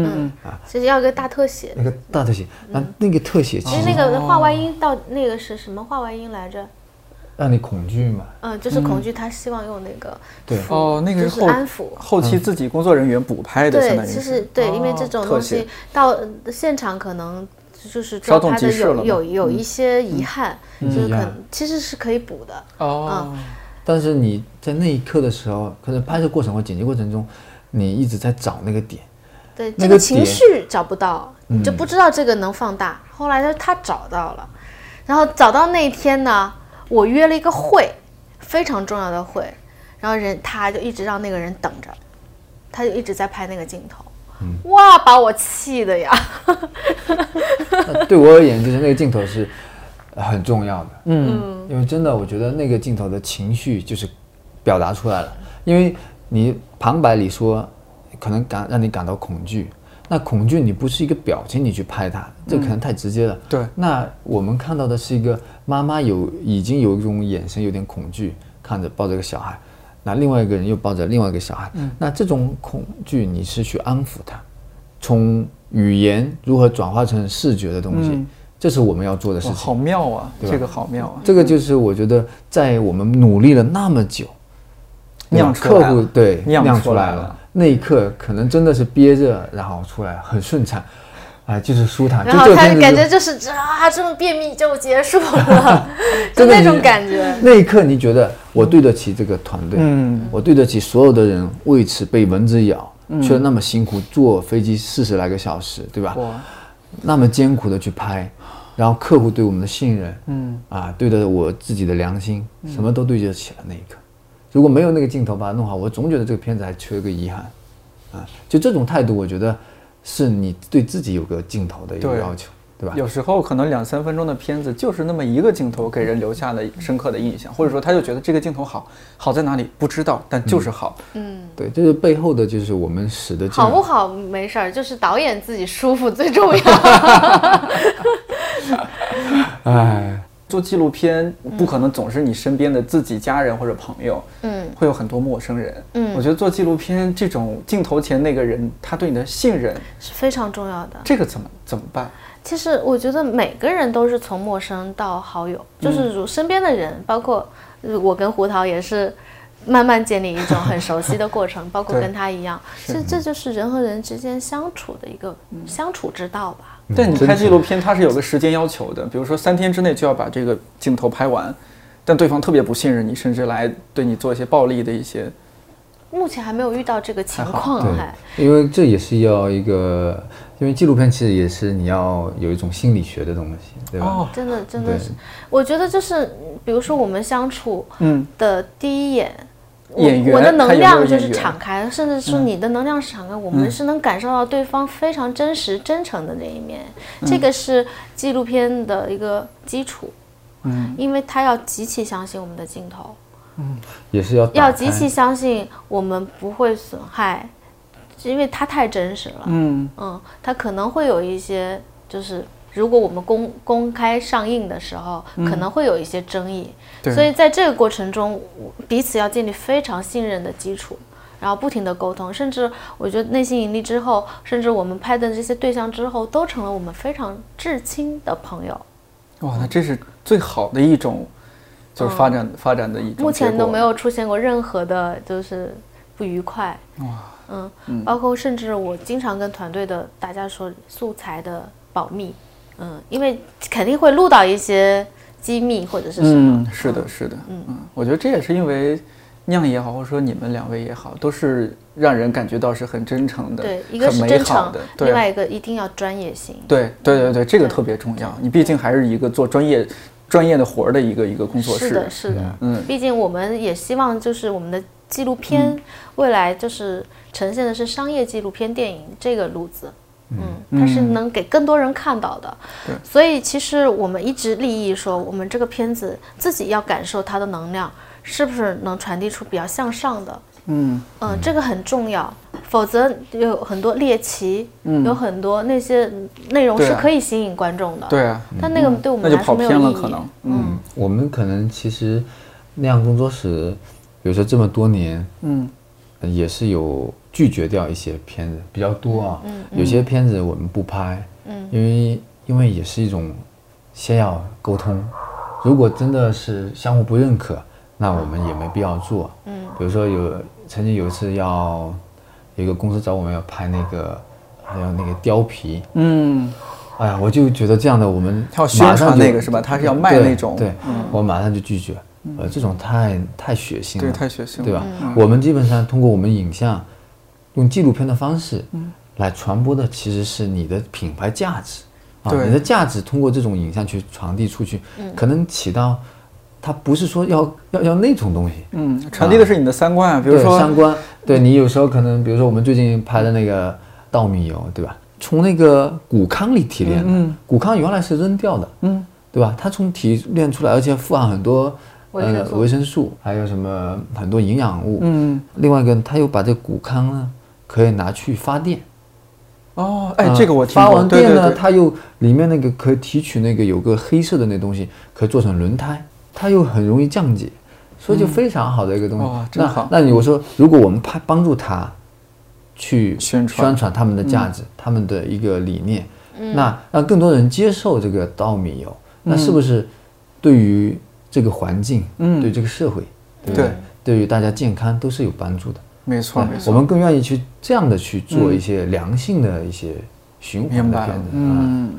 S1: 其实要个大特写。
S4: 那个大特写，那那个特写其
S1: 其实
S2: 哦
S4: 实
S1: 嗯那个话外音到那个是什么话外音来着？
S4: 让你恐惧嘛，
S1: 嗯，就是恐惧，他希望用那个
S4: 对
S1: 抚
S2: 哦，那个
S1: 就是
S2: 后
S1: 安抚。
S2: 后
S4: 嗯
S2: 期自己工作人员补拍的，相
S1: 对，
S2: 当于
S1: 其
S2: 是哦
S1: 实对，因为这种东
S2: 特
S1: 西
S2: 写
S1: 到呃现场可能就是说
S2: 稍纵
S1: 拍
S2: 即
S1: 的
S2: 逝了嘛嗯
S1: 有有有一些遗憾，就是
S4: 遗
S1: 可
S4: 憾
S1: 能其实是可以补的。
S2: 哦，
S1: 嗯
S4: 但是你在那一刻的时候，可能拍摄过程或剪辑过程中，你一直在找那个点，
S1: 对，
S4: 那
S1: 这
S4: 个
S1: 个情
S4: 点嗯
S1: 绪找不到，你就不知道这个能放大。后来他找到了，然后找到那一天呢，我约了一个会，非常重要的会，然后人他就一直让那个人等着，他就一直在拍那个镜头，
S4: 嗯
S1: 哇，把我气的呀！ <laughs>
S4: 那对我而言，就是那个镜头是呃很重要的。嗯，因为真的，我觉得那个镜头的情绪就是表达出来了。因为你旁白里说，可能感让你感到恐惧，那恐惧你不是一个表情你去拍它，这可能太直接了。
S2: 对
S4: 那我们看到的是一个妈妈有已经有一种眼神有点恐惧，看着抱着一个小孩，那另外一个人又抱着另外一个小孩，
S2: 嗯
S4: 那这种恐惧你是去安抚他，从语言如何转化成视觉的东西，这是我们要做的
S2: 嗯
S4: 事
S2: 哇，
S4: 情。
S2: 好妙啊，这个好妙啊，
S4: 这个就是我觉得在我们努力了那么久，对吧
S2: 酿出来
S4: 客户
S2: 了
S4: 对
S2: 酿
S4: 酿
S2: 出
S4: 出
S2: 来
S4: 来
S2: 了
S4: 了，那一刻可能真的是憋着，然后出来很顺畅，哎，就是舒坦。就
S1: 然后
S4: 这个
S1: 他
S4: 片子
S1: 感
S4: 就
S1: 觉就是啊，这么便秘就结束
S4: <laughs>
S1: 了，就
S4: 真的
S1: 那
S4: 你
S1: 种感觉。
S4: 那一刻，你觉得我对得起这个团队，
S2: 嗯
S4: 我对得起所有的人为此被蚊子咬，去了那么辛苦，坐飞机四十来个小时，对吧？
S2: 哇，
S4: 那么艰苦的去拍，然后客户对我们的信任，嗯，啊，对得我自己的良心，
S2: 嗯
S4: 什么都对得起了那一刻。如果没有那个镜头把它弄好，我总觉得这个片子还缺个遗憾，啊，就这种态度，我觉得是你对自己有个镜头的一个
S2: 对
S4: 要求，对吧？
S2: 有时候可能两三分钟的片子就是那么一个镜头给人留下了深刻的印象，或者说他就觉得这个镜头好，好在哪里不知道，但
S4: 嗯
S2: 就是好。
S1: 嗯
S4: 对，这是背后的，就是我们使的镜
S1: 好不
S4: 头。
S1: 好没事儿，就是导演自己舒服最重
S4: <laughs>
S1: 要。
S4: 哎，
S2: 嗯做纪录片不可能总是你身边的自己家人或者朋友，
S1: 嗯，
S2: 会有很多陌生人。
S1: 嗯
S2: 我觉得做纪录片这种镜头前那个人，他对你的信任，
S1: 是非常重要的。
S2: 这个怎么怎么办？
S1: 其实我觉得每个人都是从陌生到好友，就是如身边的人，包括呃我跟胡桃也是慢慢建立一种很熟悉的过程，包括
S2: 对
S1: 跟他一样，这这就是人和人之间相处的一个相处之道吧。
S2: 但你
S4: 真
S2: 拍纪
S4: 是
S2: 录片，它是有个时间要求的，比如说三天之内就要把这个镜头拍完，但对方特别不信任你，甚至来对你做一些暴力的一些。
S1: 目前还没有遇到这个情况，哎还
S4: 对，因为这也是要一个，因为纪录片其实也是你要有一种心理学的东西，对吧？
S2: 哦，
S1: 真的真的
S4: 对
S1: 是，我觉得就是嗯比如说我们相处
S2: 嗯，
S1: 的第一眼。我
S2: 演员
S1: 我的能量
S2: 他有没有
S1: 就
S2: 演
S1: 是
S2: 员嗯
S1: 敞开，甚至是你的能量是敞开，我们是能感受到对方非常真实、真诚的那一面，这个是纪录片的一个基础。
S2: 嗯，
S1: 因为他要极其相信我们的镜头，
S4: 也是要打
S1: 要
S4: 开
S1: 极其相信我们不会损害，因为他太真实了。
S2: 嗯，
S1: 嗯，它可能会有一些，就是如果我们公公开上映的时候，可能会有一些争议，
S2: 对
S1: 所以在这个过程中，我彼此要建立非常信任的基础。然后不停的沟通，甚至我觉得内心盈利之后，甚至我们拍的这些对象之后，都成了我们非常至亲的朋友。
S2: 哇，那这是最好的一种，就是发展、发展的一种。
S1: 嗯目前都没。有出现过任何的，就是不愉快。嗯，包括甚至我经常跟团队的大家说素材的保密，嗯，因为肯定会录到一些机密或者是什么。
S2: 嗯，是的，是的，嗯我觉得这也是因为酿也好，或者说你们两位也好，都是让人感觉到是很真诚的，
S1: 对，一个是
S2: 很美
S1: 真
S2: 好
S1: 诚
S2: 的，，对
S1: 另外一个一定要专业性。
S2: 对对对对，这个
S1: 对
S2: 特别重要。你毕竟还是一个做专业专业的活儿的一个一个工作室。
S1: 是的，是的，
S2: 嗯
S1: 毕竟我们也希望就是我们的纪录片未来就是呈现的是商业纪录片电影这个路子。嗯，它是能给更多人看到的，
S2: 对
S1: 所以其实我们一直立意说，我们这个片子自己要感受它的能量，是不是能传递出比较向上的，
S2: 嗯，
S1: 嗯，这个很重要，否则有很多猎奇，有很多那些内容
S2: 嗯对
S1: 是
S2: 啊
S1: 可以吸引观众的，
S2: 对啊，
S1: 但那个对我们
S2: 那就
S1: 来说
S2: 跑
S1: 没有
S2: 偏了，
S1: 意
S2: 可
S1: 义
S2: 能。。嗯
S4: 我们可能其实那样工作室，比如说这么多年，
S2: 嗯
S4: 呃也是有拒绝掉一些片子比较多啊。有些片子我们不拍，嗯，因为因为也是一种先要沟通，如果真的是相互不认可，那我们也没必要做。嗯，比如说有曾经有一次要有一个公司找我们要拍那个。还有那个貂皮，
S2: 嗯，
S4: 哎呀，我就觉得这样的我们
S2: 他要宣
S4: 马上
S2: 传
S4: 就
S2: 那个是吧他是要卖
S4: 对
S2: 那种
S4: 对，我马上就拒绝。
S2: 嗯
S4: 呃，这种太太血腥了，
S2: 对，太血腥了。嗯嗯
S4: 对吧？我们基本上通过我们影像，用纪录片的方式，来传播的其实是你的品牌价值啊，
S2: 对
S4: 你的价值通过这种影像去传递出去，可能起到，它不是说要要要那种东西，
S2: 嗯，传递的是你的三观啊，比如
S4: 对
S2: 说
S4: 三观，对你有时候可能，比如说我们最近拍的那个《稻米油》，对吧？从那个谷糠里提炼的，
S2: 嗯
S4: 谷糠原来是扔掉的，嗯，对吧？它从提炼出来，而且富含很多呃
S1: 维生素
S4: 维生素，还有什么很多营养物，嗯。另外一个，他又把这谷糠呢，可以拿去发电。
S2: 哦，哎
S4: 啊，
S2: 这个我听
S4: 发
S2: 过，
S4: 完
S2: 对
S4: 电
S2: 对
S4: 呢，
S2: 对，
S4: 它又里面那个可以提取那个有个黑色的那东西，可以做成轮胎，它又很容易降解，所以就非常好的一个东西。
S2: 嗯哇嗯真
S4: 那
S2: 好
S4: 那你我说，如果我们拍帮助他去
S2: 宣传嗯
S4: 传他们的价值，他们的一个理念，那让更多人接受这个稻米油，那是不是对于这个环境，
S2: 嗯
S4: 对这个社会，对不
S2: 对
S4: 对对于大家健康都是有帮助的。
S2: 没错
S4: 对
S2: 没
S4: 我
S2: 错，
S4: 们更愿意去这样的去做一些良性的一些循环
S2: 明
S4: 的
S2: 白
S4: 片
S2: 了
S4: 子，，啊，
S2: 嗯，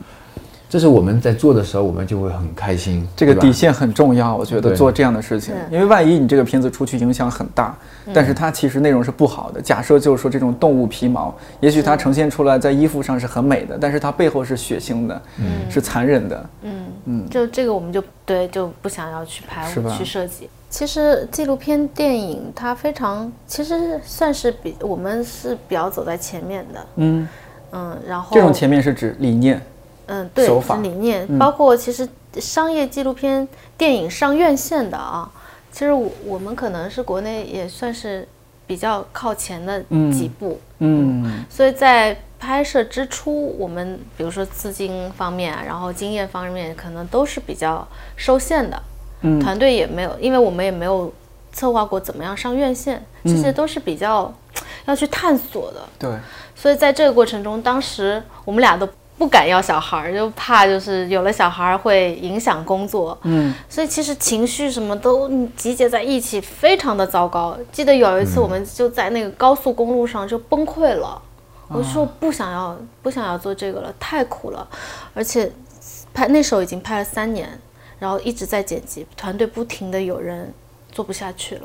S4: 这是我们在做的时候，我们就会很开心。
S2: 这个
S4: 对吧
S2: 底线很重要，我觉得
S4: 对
S2: 做这样的事情，因为万一你这个片子出去影响很大，但是它其实内容是不好的。假设就是说这种动物皮毛，也许它呈现出来在衣服上是很美的，但是它背后是血腥的，是残忍的。
S1: 就这个我们就对就不想要去排
S2: 是吧
S1: 污去设计。其实纪录片电影它非常，其实算是比我们是比较走在前面的，
S2: 嗯，
S1: 嗯，然后
S2: 这种前面是指理念，
S1: 嗯，对，
S2: 手
S1: 是
S2: 法
S1: 理念，包括其实商业纪录片电影上院线的啊，其实我我们可能是国内也算是比较靠前的几部，
S2: 嗯，
S1: 所以在拍摄之初，我们比如说资金方面啊，然后经验方面，可能都是比较受限的。
S2: 嗯
S1: 团队也没有，因为我们也没有策划过怎么样上院线，
S2: 嗯
S1: 这些都是比较要去探索的。
S2: 对，
S1: 所以在这个过程中，当时我们俩都不敢要小孩儿，就怕就是有了小孩儿会影响工作。
S2: 嗯，
S1: 所以其实情绪什么都集结在一起，非常的糟糕。记得有一次我们就在那个高速公路上就崩溃了，我说我不想要不想要做这个了，太苦了，而且拍那时候已经拍了三年，然后一直在剪辑，团队不停的有人做不下去了。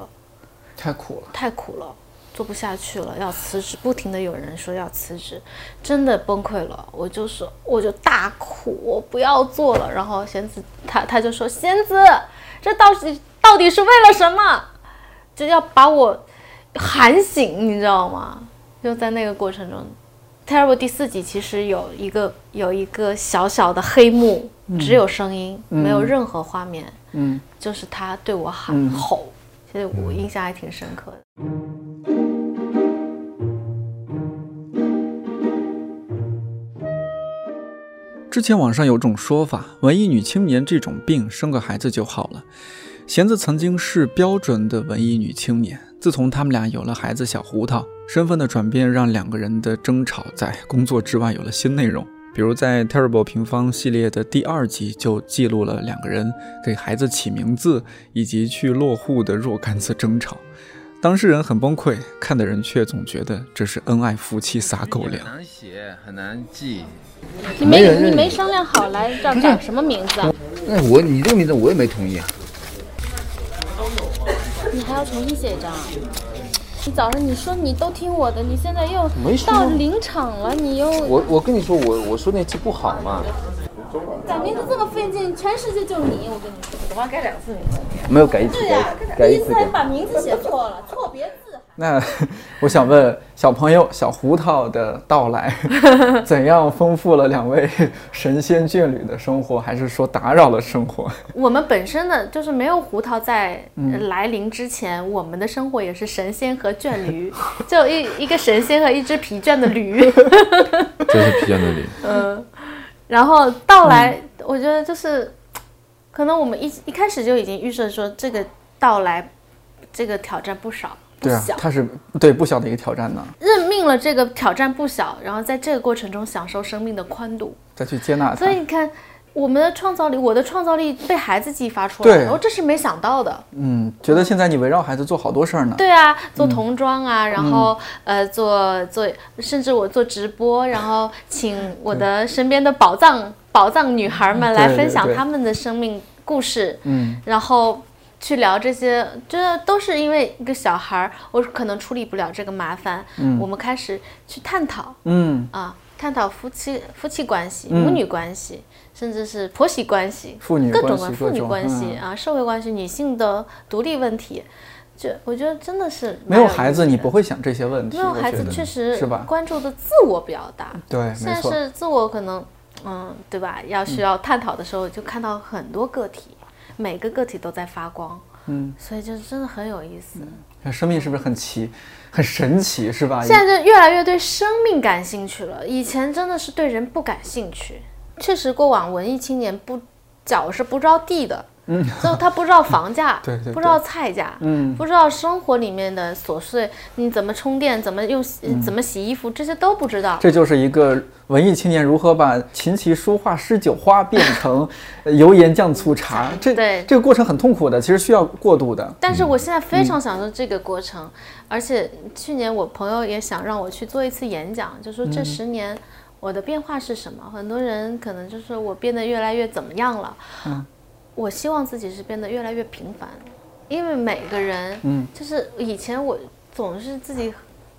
S2: 太苦了。
S1: 太苦了，做不下去了，要辞职，不停的有人说要辞职，真的崩溃了。我就说，我就大哭，我不要做了。然后贤子他他就说，贤子，这到底到底是为了什么？就要把我喊醒，你知道吗？就在那个过程中。Terrible 第四集其实有一个有一个小小的黑幕，只有声音，没有任何画面。
S2: 嗯，
S1: 就是他对我喊、吼，其实我印象还挺深刻的。
S2: 之前网上有种说法，文艺女青年这种病生个孩子就好了。贤子曾经是标准的文艺女青年，自从他们俩有了孩子小胡桃，身份的转变让两个人的争吵在工作之外有了新内容。比如在《Terrible 平方》系列的第二集就记录了两个人给孩子起名字以及去落户的若干次争吵，当事人很崩溃，看的人却总觉得这是恩爱夫妻撒狗粮。
S5: 难写，很难记。
S1: 你
S5: 没人
S1: 没
S5: 认
S1: 你
S5: 你
S1: 没商量好来这儿改什么名字啊？
S5: 那哎我你这个名字我也没同意啊。
S1: 你还要重新写一张啊？你早上你说你都听我的，你现在又到临场了，你又
S5: 我我跟你说，我我说那期不好嘛，
S1: 改名字这么费劲，全世界就你，我跟你说，啊我妈改两次名字，
S5: 没有改一次，改一次，改一次。改一次
S1: 把名字写错了，错别字。
S2: 那 <laughs> 我想问小朋友小胡桃的
S1: <laughs>
S2: 到来，怎样丰富了两位神仙眷侣的生活，还是说打扰了生活？
S1: 我们本身的就是没有胡桃在呃
S5: 嗯
S1: 来临之前，我们的生活也是神仙和倦驴，就一一个神仙和一只疲倦的驴。
S4: 这是疲倦的理。
S1: 然后到来，我觉得就是，可能我们一一开始就已经预设说这个到来，这个挑战不少，不
S2: 对啊
S1: 小，。
S2: 它是对不小的一个挑战呢，
S1: 认命了这个挑战不小，然后在这个过程中享受生命的宽度。
S2: 再去接纳它
S1: 所以。你看，我们的创造力，我的创造力被孩子激发出来
S2: 对
S1: 了，我这是没想到的。
S2: 嗯，觉得现在你围绕孩子做好多事儿呢。
S1: 对啊，做童装
S2: 嗯
S1: 啊，然后呃，做做，甚至我做直播，然后请我的身边的宝藏宝藏女孩们来
S2: 对对
S1: 分享
S2: 对
S1: 她们的生命故事，
S2: 嗯，
S1: 然后去聊这些，这都是因为一个小孩儿，我可能处理不了这个麻烦，我们开始去探讨
S2: 嗯，
S1: 啊，探讨夫妻夫妻关系、
S2: 嗯
S1: 母女关系，甚至是婆媳关系、
S2: 父女
S1: 各种
S2: 关系
S1: 关
S2: 各
S1: 父女
S2: 种
S1: 关系
S2: 嗯
S1: 啊、社会关系、女性的独立问题，这我觉得真的是
S2: 没
S1: 蛮
S2: 有
S1: 意
S2: 孩子
S1: 思
S2: 你
S1: 的
S2: 不会想这些问题，
S1: 没有
S2: 我
S1: 孩
S2: 觉
S1: 子
S2: 得
S1: 确实
S2: 是吧
S1: 关注的自我表达，
S2: 对，
S1: 现
S2: 没
S1: 在
S2: 错，
S1: 是自我可能，嗯，对吧？要需要探讨的时候，就看到很多个体，每个个体都在发光，
S2: 嗯，
S1: 所以就真的很有意思。
S2: 生命是不是很奇，很神奇，是吧？
S1: 现在就越来越对生命感兴趣了，以前真的是对人不感兴趣。确实，过往文艺青年不脚是不知道地的，嗯，就他不知道房价，
S2: <laughs> 对对对
S1: 不知道菜价，
S2: 嗯
S1: 不知道生活里面的琐碎，你怎么充电，怎么用洗，
S2: 嗯
S1: 怎么洗衣服，这些都不知道。
S2: 这就是一个文艺青年如何把琴棋书画诗酒花变
S1: <laughs>
S2: 成呃油盐酱醋茶，这
S1: 对
S2: 这个过程很痛苦的，其实需要过渡的。
S1: 但是我现在非常享受这个过程，而且去年我朋友也想让我去做一次演讲，就说
S2: 嗯
S1: 这十年我的变化是什么？很多人可能就是我变得越来越怎么样了，
S2: 嗯
S1: 我希望自己是变得越来越平凡，因为每个人，
S2: 嗯
S1: 就是以前我总是自己。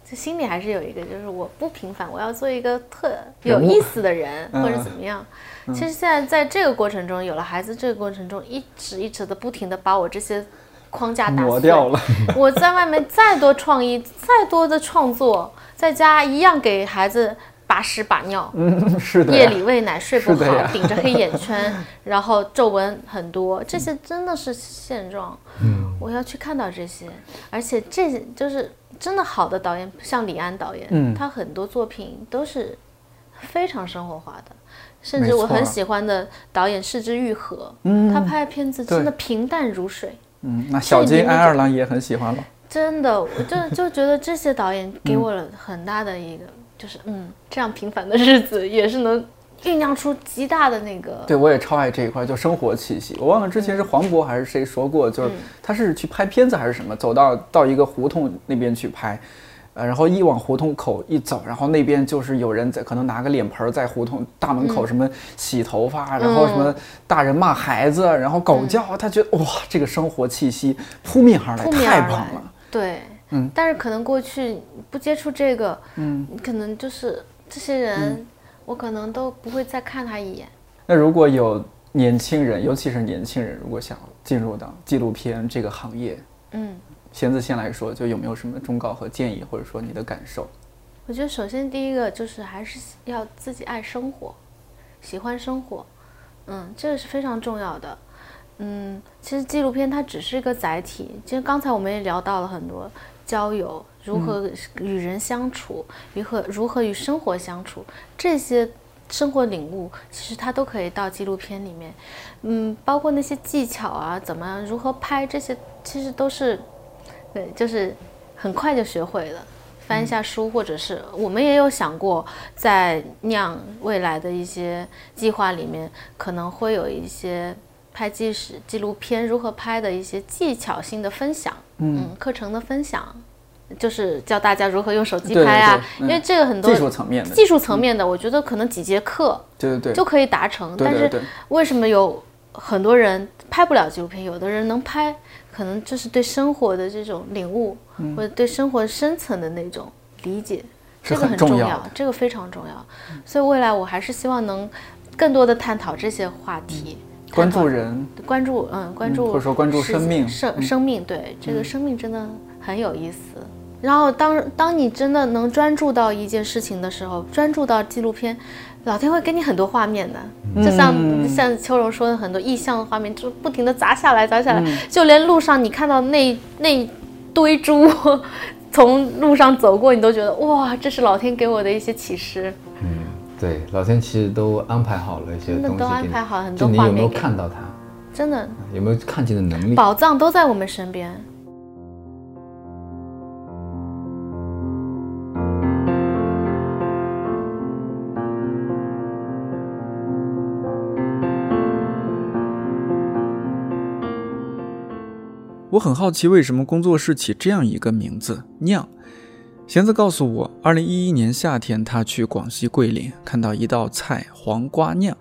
S1: 就心里还是有一个，就是我不平凡，我要做一个特有意思的人，
S2: 嗯
S1: 或者怎么样。其实现在在这个过程中，有了孩子这个过程中，一直一直的不停的把我这些框架打
S2: 抹
S1: 碎
S2: 掉了。 <laughs>
S1: 我在外面再多创意，再多的创作，在家一样给孩子把屎把尿，
S2: 嗯，是的
S1: 夜
S2: 呀，
S1: 里喂奶睡不
S2: 是的
S1: 好
S2: 呀，
S1: 顶着黑眼
S2: <laughs>
S1: 圈，然后皱纹很多，这
S2: 嗯
S1: 些真的是现状。嗯，我要去看到这些，而且这些就是真的好的导演，像李安导演，
S2: 嗯
S1: 他很多作品都是非常生活化的。甚
S2: 没啊
S1: 至我
S2: 错
S1: 很喜欢的导演是之愈合，他拍的片子真的平淡如水，
S2: 嗯，那
S1: 这
S2: 小
S1: 里
S2: 金
S1: 面
S2: 安
S1: 就
S2: 二郎也很喜欢了。
S1: 真的，我就
S2: <laughs>
S1: 就觉得这些导演给我了很大的一个，就是嗯，这样平凡的日子也是能酝酿出极大的那个。嗯
S2: 对，我也超爱这一块，就生活气息。我忘了之前是黄渤还是谁说过，就是他是去拍片子还是什么，走到到一个胡同那边去拍，呃，然后一往胡同口一走，然后那边就是有人在可能拿个脸盆儿在胡同大门
S1: 嗯
S2: 口什么洗头发，然后什么大人骂孩子，然后
S1: 嗯
S2: 狗叫，他觉得哇，这个生活气息扑面而来，
S1: 扑面
S2: 哎太
S1: 而
S2: 棒
S1: 来
S2: 了。。
S1: 对，
S2: 嗯
S1: 但是可能过去不接触这个，
S2: 嗯，
S1: 可能就是这些人，我可能都不会再看他一眼。
S2: 那如果有年轻人，尤其是年轻人，如果想进入到纪录片这个行业，
S1: 嗯，
S2: 弦子先来说，就有没有什么忠告和建议，或者说你的感受？
S1: 我觉得首先第一个就是还是要自己爱生活，喜欢生活，嗯，这个是非常重要的。嗯，其实纪录片它只是一个载体，其实刚才我们也聊到了很多交友，如何与人相处，如何如何与生活相处，这些生活领悟，其实它都可以到纪录片里面。嗯，包括那些技巧啊，怎么样如何拍这些，其实都是，对，就是很快就学会了。翻一下书，或者是我们也有想过，在酿未来的一些计划里面，可能会有一些拍纪实纪录片如何拍的一些技巧性的分享，嗯，课程的分享，就是教大家如何用手机
S2: 对
S1: 拍啊，
S2: 对嗯
S1: 因为这个很多
S2: 技术层面的，
S1: 技术层面的，我觉得可能几节课
S2: 对对对，
S1: 就可以达成，
S2: 对对
S1: 但
S2: 对
S1: 是，为什么有很多人拍不了纪录片，有的人能拍，可能就是对生活的这种领悟，或者对生活深层的那种理解，
S2: 嗯是
S1: 这个
S2: 很重
S1: 重
S2: 要的嗯
S1: 这个非常重要。所以未来我还是希望能更多的探讨这些话题，
S2: 嗯关
S1: 探讨
S2: 注人，
S1: 关注，嗯，关注世界，
S2: 或者说关注生命嗯
S1: 生生命，对，这个生命真的很有意思。然后当当你真的能专注到一件事情的时候，专注到纪录片，老天会给你很多画面的，就像、
S2: 嗯
S1: 像秋柔说的很多意象的画面，就不停的砸下来砸下来，
S2: 嗯
S1: 就连路上你看到那那一堆猪从路上走过，你都觉得哇，这是老天给我的一些启示。
S4: 对，老天其实都安排好了一些
S1: 真的
S4: 东西给你，
S1: 都安排好很
S4: 就
S1: 多
S4: 你
S1: 画
S4: 有没有
S1: 面给
S4: 看到它，
S1: 真的，
S4: 有没有看见的能力？
S1: 宝藏都在我们身边。
S2: 我很好奇为什么工作室起这样一个名字“酿”。弦子告诉我，二零一一年夏天，他去广西桂林看到一道菜——黄瓜酿，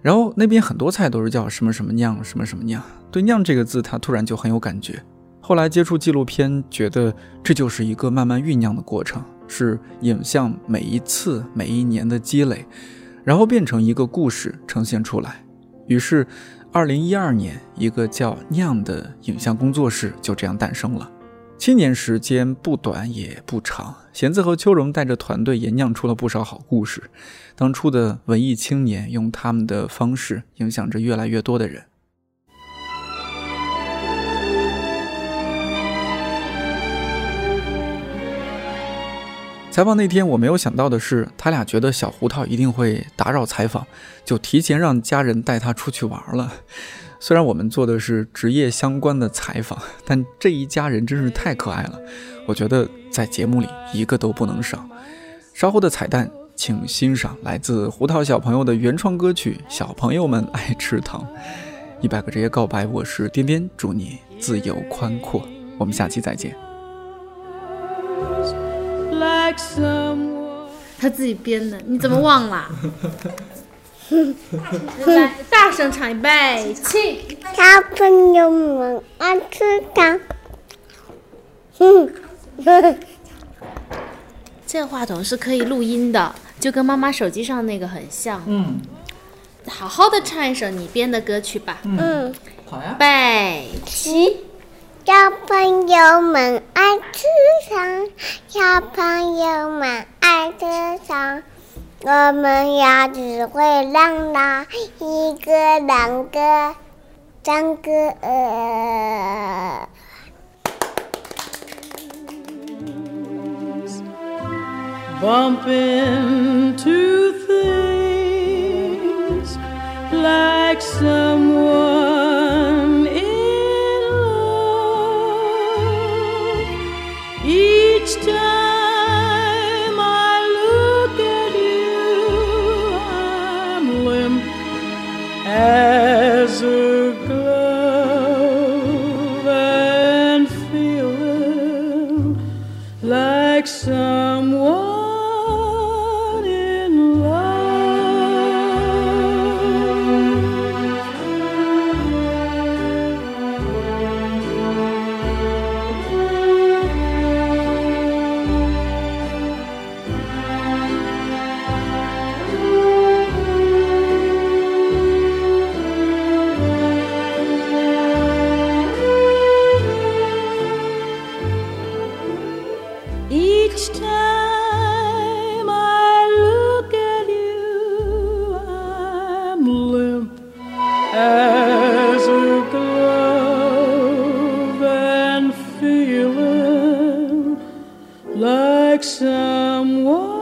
S2: 然后那边很多菜都是叫什么什么酿，什么什么酿。对“酿”这个字，他突然就很有感觉。后来接触纪录片，觉得这就是一个慢慢酝酿的过程，是影像每一次、每一年的积累，然后变成一个故事呈现出来。于是，二零一二年，一个叫“酿”的影像工作室就这样诞生了。七年时间不短也不长，贤子和秋荣带着团队也酿出了不少好故事。当初的文艺青年用他们的方式影响着越来越多的人。采访那天，我没有想到的是，他俩觉得小胡桃一定会打扰采访，就提前让家人带他出去玩了。虽然我们做的是职业相关的采访，但这一家人真是太可爱了，我觉得在节目里一个都不能少。稍后的彩蛋，请欣赏来自胡桃小朋友的原创歌曲《小朋友们爱吃糖》。一百个职业告白，我是颠颠，祝你自由宽阔。我们下期再见。
S6: like someone
S1: 他自己编的，你怎么忘了？来， <laughs> 大声唱一备起，
S7: 小朋友们爱吃糖。嗯，
S1: 这话筒是可以录音的，就跟妈妈手机上那个很像。嗯，好好的唱一首你编的歌曲吧。
S7: 嗯，
S1: 备起，
S7: 小朋友们爱吃糖，小朋友们爱吃糖。我们要只会让它一个、两个、三个。呃
S6: bump into things like someone in love. Each time I look at you, I'm limp as a glove and feeling like someone in love. Each time I look at you, I'm limp as a glove and feeling like someone.